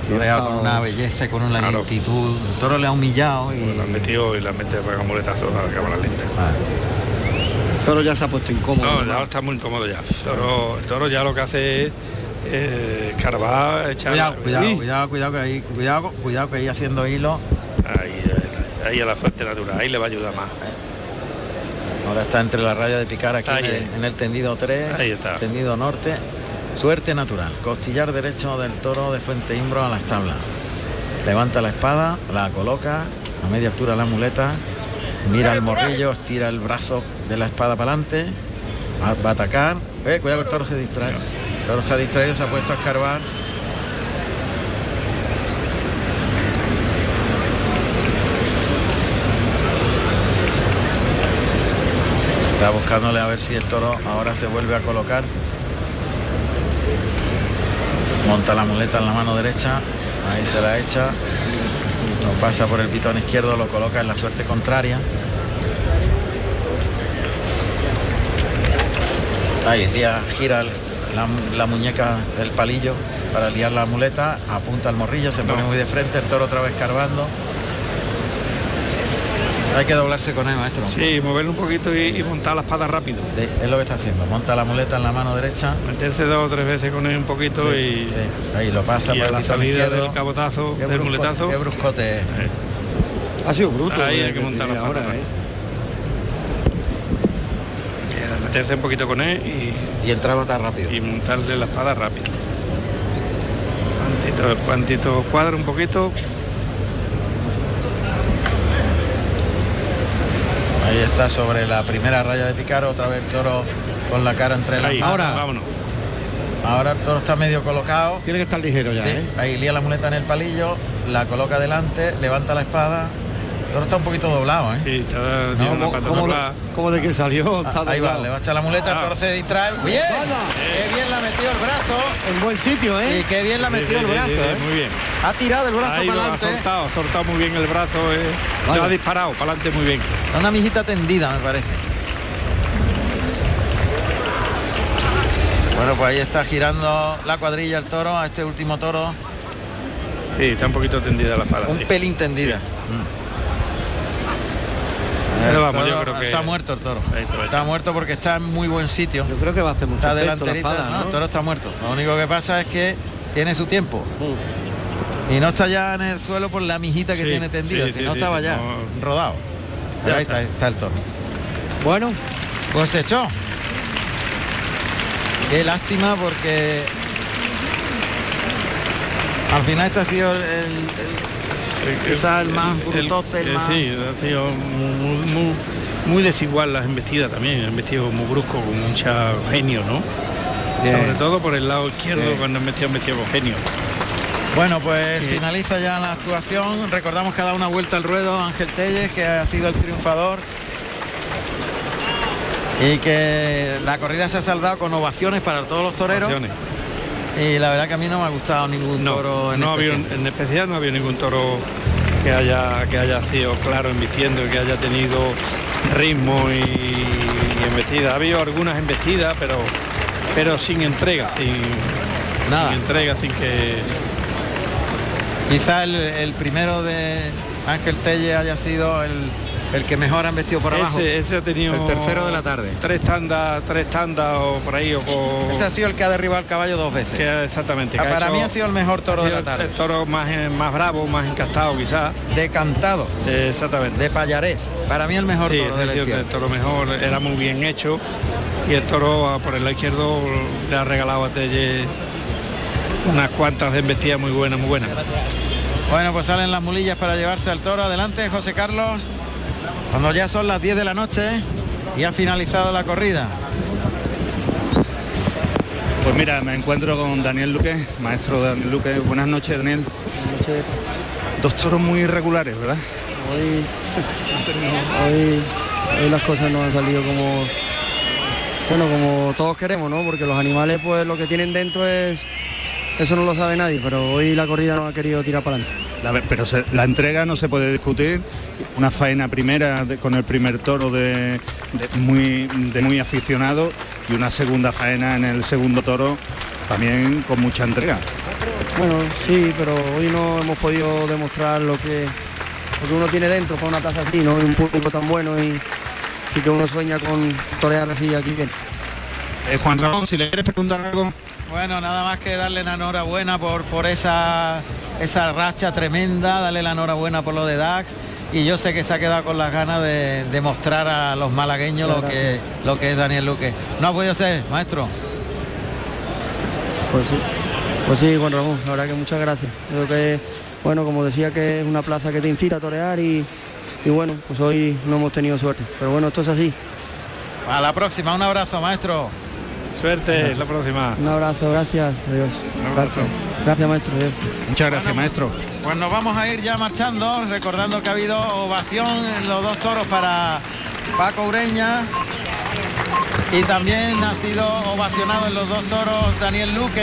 [SPEAKER 1] Toreado
[SPEAKER 4] Estaba-
[SPEAKER 1] con una belleza, y con una
[SPEAKER 3] Claro.
[SPEAKER 1] lentitud. El toro le ha humillado y.
[SPEAKER 3] Pues la han metido y la han metido para que haga muletazos a la cámara lenta.
[SPEAKER 1] Vale.
[SPEAKER 4] Solo ya se ha puesto incómodo.
[SPEAKER 3] No,
[SPEAKER 4] ¿no?
[SPEAKER 3] ya está muy incómodo ya. El toro, el toro ya lo que hace es eh, escarbar, echar...
[SPEAKER 1] Cuidado, cuidado,
[SPEAKER 3] Uy,
[SPEAKER 1] cuidado, cuidado que ahí, cuidado, cuidado que ahí haciendo hilo.
[SPEAKER 3] Ahí, ahí a la fuente natural, ahí le va a ayudar más.
[SPEAKER 1] Ahora está entre la raya de picar aquí
[SPEAKER 3] Ahí
[SPEAKER 1] en, el,
[SPEAKER 3] es.
[SPEAKER 1] en el tendido 3,
[SPEAKER 3] Ahí está.
[SPEAKER 1] tendido norte. Suerte natural. Costillar derecho del toro de Fuente Imbro a las tablas. Levanta la espada, la coloca, a media altura la muleta, mira el morrillo, estira el brazo de la espada para adelante, va, va a atacar. Eh, cuidado que el toro se distrae. El toro se ha distraído, se ha puesto a escarbar. Está buscándole a ver si el toro ahora se vuelve a colocar. Monta la muleta en la mano derecha, ahí se la echa, lo pasa por el pitón izquierdo, lo coloca en la suerte contraria. Ahí el día gira el- la, mu- la muñeca, el palillo para liar la muleta, apunta al morrillo, se pone muy de frente, el toro otra vez cargando. Hay que doblarse con él, maestro.
[SPEAKER 3] Sí, moverlo un poquito y, y montar la espada rápido.
[SPEAKER 1] Sí, es lo que está haciendo. Monta la muleta en la mano derecha.
[SPEAKER 3] Meterse dos o tres veces con él un poquito y,
[SPEAKER 1] Sí, ahí lo pasa
[SPEAKER 3] y
[SPEAKER 1] por
[SPEAKER 3] a
[SPEAKER 1] el
[SPEAKER 3] la
[SPEAKER 1] pitón
[SPEAKER 3] salida
[SPEAKER 1] izquierdo.
[SPEAKER 3] del cabotazo,
[SPEAKER 1] Qué
[SPEAKER 3] del
[SPEAKER 1] brusco-
[SPEAKER 3] muletazo.
[SPEAKER 1] Qué bruscote es.
[SPEAKER 4] Ha sido bruto.
[SPEAKER 3] Ahí
[SPEAKER 4] eh,
[SPEAKER 3] hay que
[SPEAKER 4] de
[SPEAKER 3] montar la
[SPEAKER 4] primera
[SPEAKER 3] pata,
[SPEAKER 4] hora,
[SPEAKER 3] ¿no?
[SPEAKER 4] eh.
[SPEAKER 3] eh, Meterse un poquito con él y,
[SPEAKER 1] Y entraba tan rápido.
[SPEAKER 3] y montarle la espada rápido. Cuantito, cuantito cuadra un poquito.
[SPEAKER 1] Ahí está sobre la primera raya de Picaro, otra vez el toro con la cara entre las
[SPEAKER 3] Ahí,
[SPEAKER 1] manos.
[SPEAKER 4] Ahora.
[SPEAKER 3] vámonos.
[SPEAKER 1] Ahora el toro está medio colocado.
[SPEAKER 4] Tiene que estar ligero ya,
[SPEAKER 1] Sí,
[SPEAKER 4] ¿eh?
[SPEAKER 1] Ahí lía la muleta en el palillo, la coloca delante, levanta la espada. El toro está un poquito doblado, ¿eh?
[SPEAKER 3] Sí, está tiene una
[SPEAKER 4] ¿Cómo,
[SPEAKER 3] pata
[SPEAKER 4] cómo-
[SPEAKER 3] doblada.
[SPEAKER 4] cómo de que salió?
[SPEAKER 1] Ah,
[SPEAKER 4] Está
[SPEAKER 1] ahí va,
[SPEAKER 4] doblado.
[SPEAKER 1] le va a echar la muleta, el
[SPEAKER 3] Ah.
[SPEAKER 1] toro se distrae. ¡Bien!
[SPEAKER 4] Anda.
[SPEAKER 1] ¡Qué bien la metió el brazo!
[SPEAKER 4] En buen sitio,
[SPEAKER 1] Y
[SPEAKER 4] ¿eh?
[SPEAKER 1] qué bien la
[SPEAKER 3] Sí,
[SPEAKER 1] metió
[SPEAKER 3] sí,
[SPEAKER 1] el
[SPEAKER 3] sí,
[SPEAKER 1] brazo,
[SPEAKER 3] sí,
[SPEAKER 1] ¿eh?
[SPEAKER 3] Muy bien.
[SPEAKER 1] Ha tirado el brazo ¿eh?
[SPEAKER 3] Ha,
[SPEAKER 1] para
[SPEAKER 3] ido, ha
[SPEAKER 1] adelante.
[SPEAKER 3] soltado, ha soltado muy bien el brazo. eh.
[SPEAKER 4] Vale.
[SPEAKER 3] Lo ha disparado, para adelante muy bien.
[SPEAKER 1] Una mijita tendida, me parece. Bueno, pues ahí está girando la cuadrilla el toro, a este último toro,
[SPEAKER 3] Sí, está un poquito tendida la espada.
[SPEAKER 1] un
[SPEAKER 3] sí.
[SPEAKER 1] pelín tendida. Mm. El
[SPEAKER 3] Pero vamos, yo
[SPEAKER 1] toro-
[SPEAKER 3] creo que-
[SPEAKER 1] Está muerto el toro.
[SPEAKER 3] Ahí se lo
[SPEAKER 1] Está muerto porque está en muy buen sitio.
[SPEAKER 4] Yo creo que va a hacer mucho
[SPEAKER 1] Está
[SPEAKER 4] efecto la
[SPEAKER 1] delanterita,
[SPEAKER 4] espada,
[SPEAKER 1] ¿no?
[SPEAKER 4] ¿no?
[SPEAKER 1] el toro está muerto. Lo único que pasa es que tiene su tiempo. Y no está ya en el suelo por la mijita que
[SPEAKER 3] Mm. Sí,
[SPEAKER 1] tiene tendida,
[SPEAKER 3] sí,
[SPEAKER 1] si
[SPEAKER 3] sí,
[SPEAKER 1] no
[SPEAKER 3] sí,
[SPEAKER 1] estaba
[SPEAKER 3] sí,
[SPEAKER 1] ya
[SPEAKER 3] no.
[SPEAKER 1] rodado. Pero
[SPEAKER 3] Ya
[SPEAKER 1] ahí está, está el toro.
[SPEAKER 4] Bueno,
[SPEAKER 1] Pues se echó. Qué lástima porque al final este ha sido el, el- Quizá el más brutote, el
[SPEAKER 3] eh,
[SPEAKER 1] más-
[SPEAKER 3] Sí, ha sido muy, muy- muy desigual las embestidas también, han vestido muy brusco, con mucho genio, ¿no?
[SPEAKER 4] Bien.
[SPEAKER 3] Sobre todo por el lado izquierdo
[SPEAKER 4] Bien.
[SPEAKER 3] cuando han vestido, han vestido con genio.
[SPEAKER 1] Bueno, pues finaliza ya la actuación. Recordamos que ha dado una vuelta al ruedo Ángel Telles, que ha sido el triunfador. Y que la corrida se ha saldado con ovaciones para todos los toreros.
[SPEAKER 3] Ocasiones.
[SPEAKER 1] Y la verdad que a mí no me ha gustado ningún toro
[SPEAKER 3] No,
[SPEAKER 1] en
[SPEAKER 3] no había
[SPEAKER 1] especial.
[SPEAKER 3] un- en especial no había ningún toro que haya que haya sido claro embistiendo, que haya tenido ritmo y, y embestida. Ha habido algunas embestidas, pero pero sin entrega, sin,
[SPEAKER 1] Nada.
[SPEAKER 3] sin entrega, sin que
[SPEAKER 1] Quizá el, el primero de Ángel Telle haya sido el, el que mejor han vestido por abajo.
[SPEAKER 3] Ese, ese ha tenido
[SPEAKER 1] El tercero de la tarde.
[SPEAKER 3] Tres tandas, tres tandas o por ahí o por-
[SPEAKER 1] Ese ha sido el que ha derribado el caballo dos veces.
[SPEAKER 3] que ha- exactamente. que
[SPEAKER 1] Ah, para
[SPEAKER 3] hecho-
[SPEAKER 1] mí ha sido el mejor toro
[SPEAKER 3] ha
[SPEAKER 1] de
[SPEAKER 3] sido
[SPEAKER 1] la tarde.
[SPEAKER 3] El toro más eh, más bravo, más encastado quizás.
[SPEAKER 1] Decantado,
[SPEAKER 3] Eh, exactamente.
[SPEAKER 1] de Payarés. Para mí el mejor
[SPEAKER 3] Sí,
[SPEAKER 1] toro de
[SPEAKER 3] es
[SPEAKER 1] la
[SPEAKER 3] decir, el
[SPEAKER 1] elección.
[SPEAKER 3] toro mejor era muy bien hecho y el toro ah, por el lado izquierdo le ha regalado a Telle unas cuantas embestidas muy buenas, muy buenas.
[SPEAKER 1] Bueno, pues salen las mulillas para llevarse al toro. Adelante, José Carlos. Cuando ya son las 10 de la noche y ha finalizado la corrida.
[SPEAKER 2] Pues mira, me encuentro con Daniel Luque, maestro Daniel Luque. Buenas noches, Daniel.
[SPEAKER 4] buenas noches.
[SPEAKER 2] Dos toros muy irregulares, ¿verdad?
[SPEAKER 4] Hoy, hoy, hoy las cosas no han salido como bueno como todos queremos, ¿no? Porque los animales pues lo que tienen dentro es eso no lo sabe nadie, pero hoy la corrida no ha querido tirar para adelante.
[SPEAKER 2] La ve- pero se- la entrega no se puede discutir. Una faena primera de- con el primer toro de, de muy, de muy aficionado y una segunda faena en el segundo toro también con mucha entrega.
[SPEAKER 4] Bueno, sí, pero hoy no hemos podido demostrar lo que, lo que uno tiene dentro para una plaza así, ¿no? Y un público tan bueno y, y que uno sueña con torear así aquí bien.
[SPEAKER 2] Eh, Juan Ramón, si le quieres preguntar algo.
[SPEAKER 1] Bueno, nada más que darle la enhorabuena por, por esa, esa racha tremenda, darle la enhorabuena por lo de Dax. Y yo sé que se ha quedado con las ganas de, de mostrar a los malagueños lo
[SPEAKER 4] Claro.
[SPEAKER 1] que, lo que es Daniel Luque. No ha podido ser, maestro.
[SPEAKER 4] Pues sí, pues sí, Juan Ramón, la verdad que muchas gracias. Creo que, bueno, como decía, que es una plaza que te incita a torear y, y bueno, pues hoy no hemos tenido suerte. Pero bueno, esto es así.
[SPEAKER 1] A la próxima, un abrazo, maestro.
[SPEAKER 3] Suerte, la próxima.
[SPEAKER 4] Un abrazo, gracias, adiós.
[SPEAKER 2] Un abrazo.
[SPEAKER 4] Gracias, gracias maestro, adiós.
[SPEAKER 2] Muchas gracias, maestro.
[SPEAKER 1] Pues nos vamos a ir ya marchando, recordando que ha habido ovación en los dos toros para Paco Ureña Y también ha sido ovacionado en los dos toros Daniel Luque.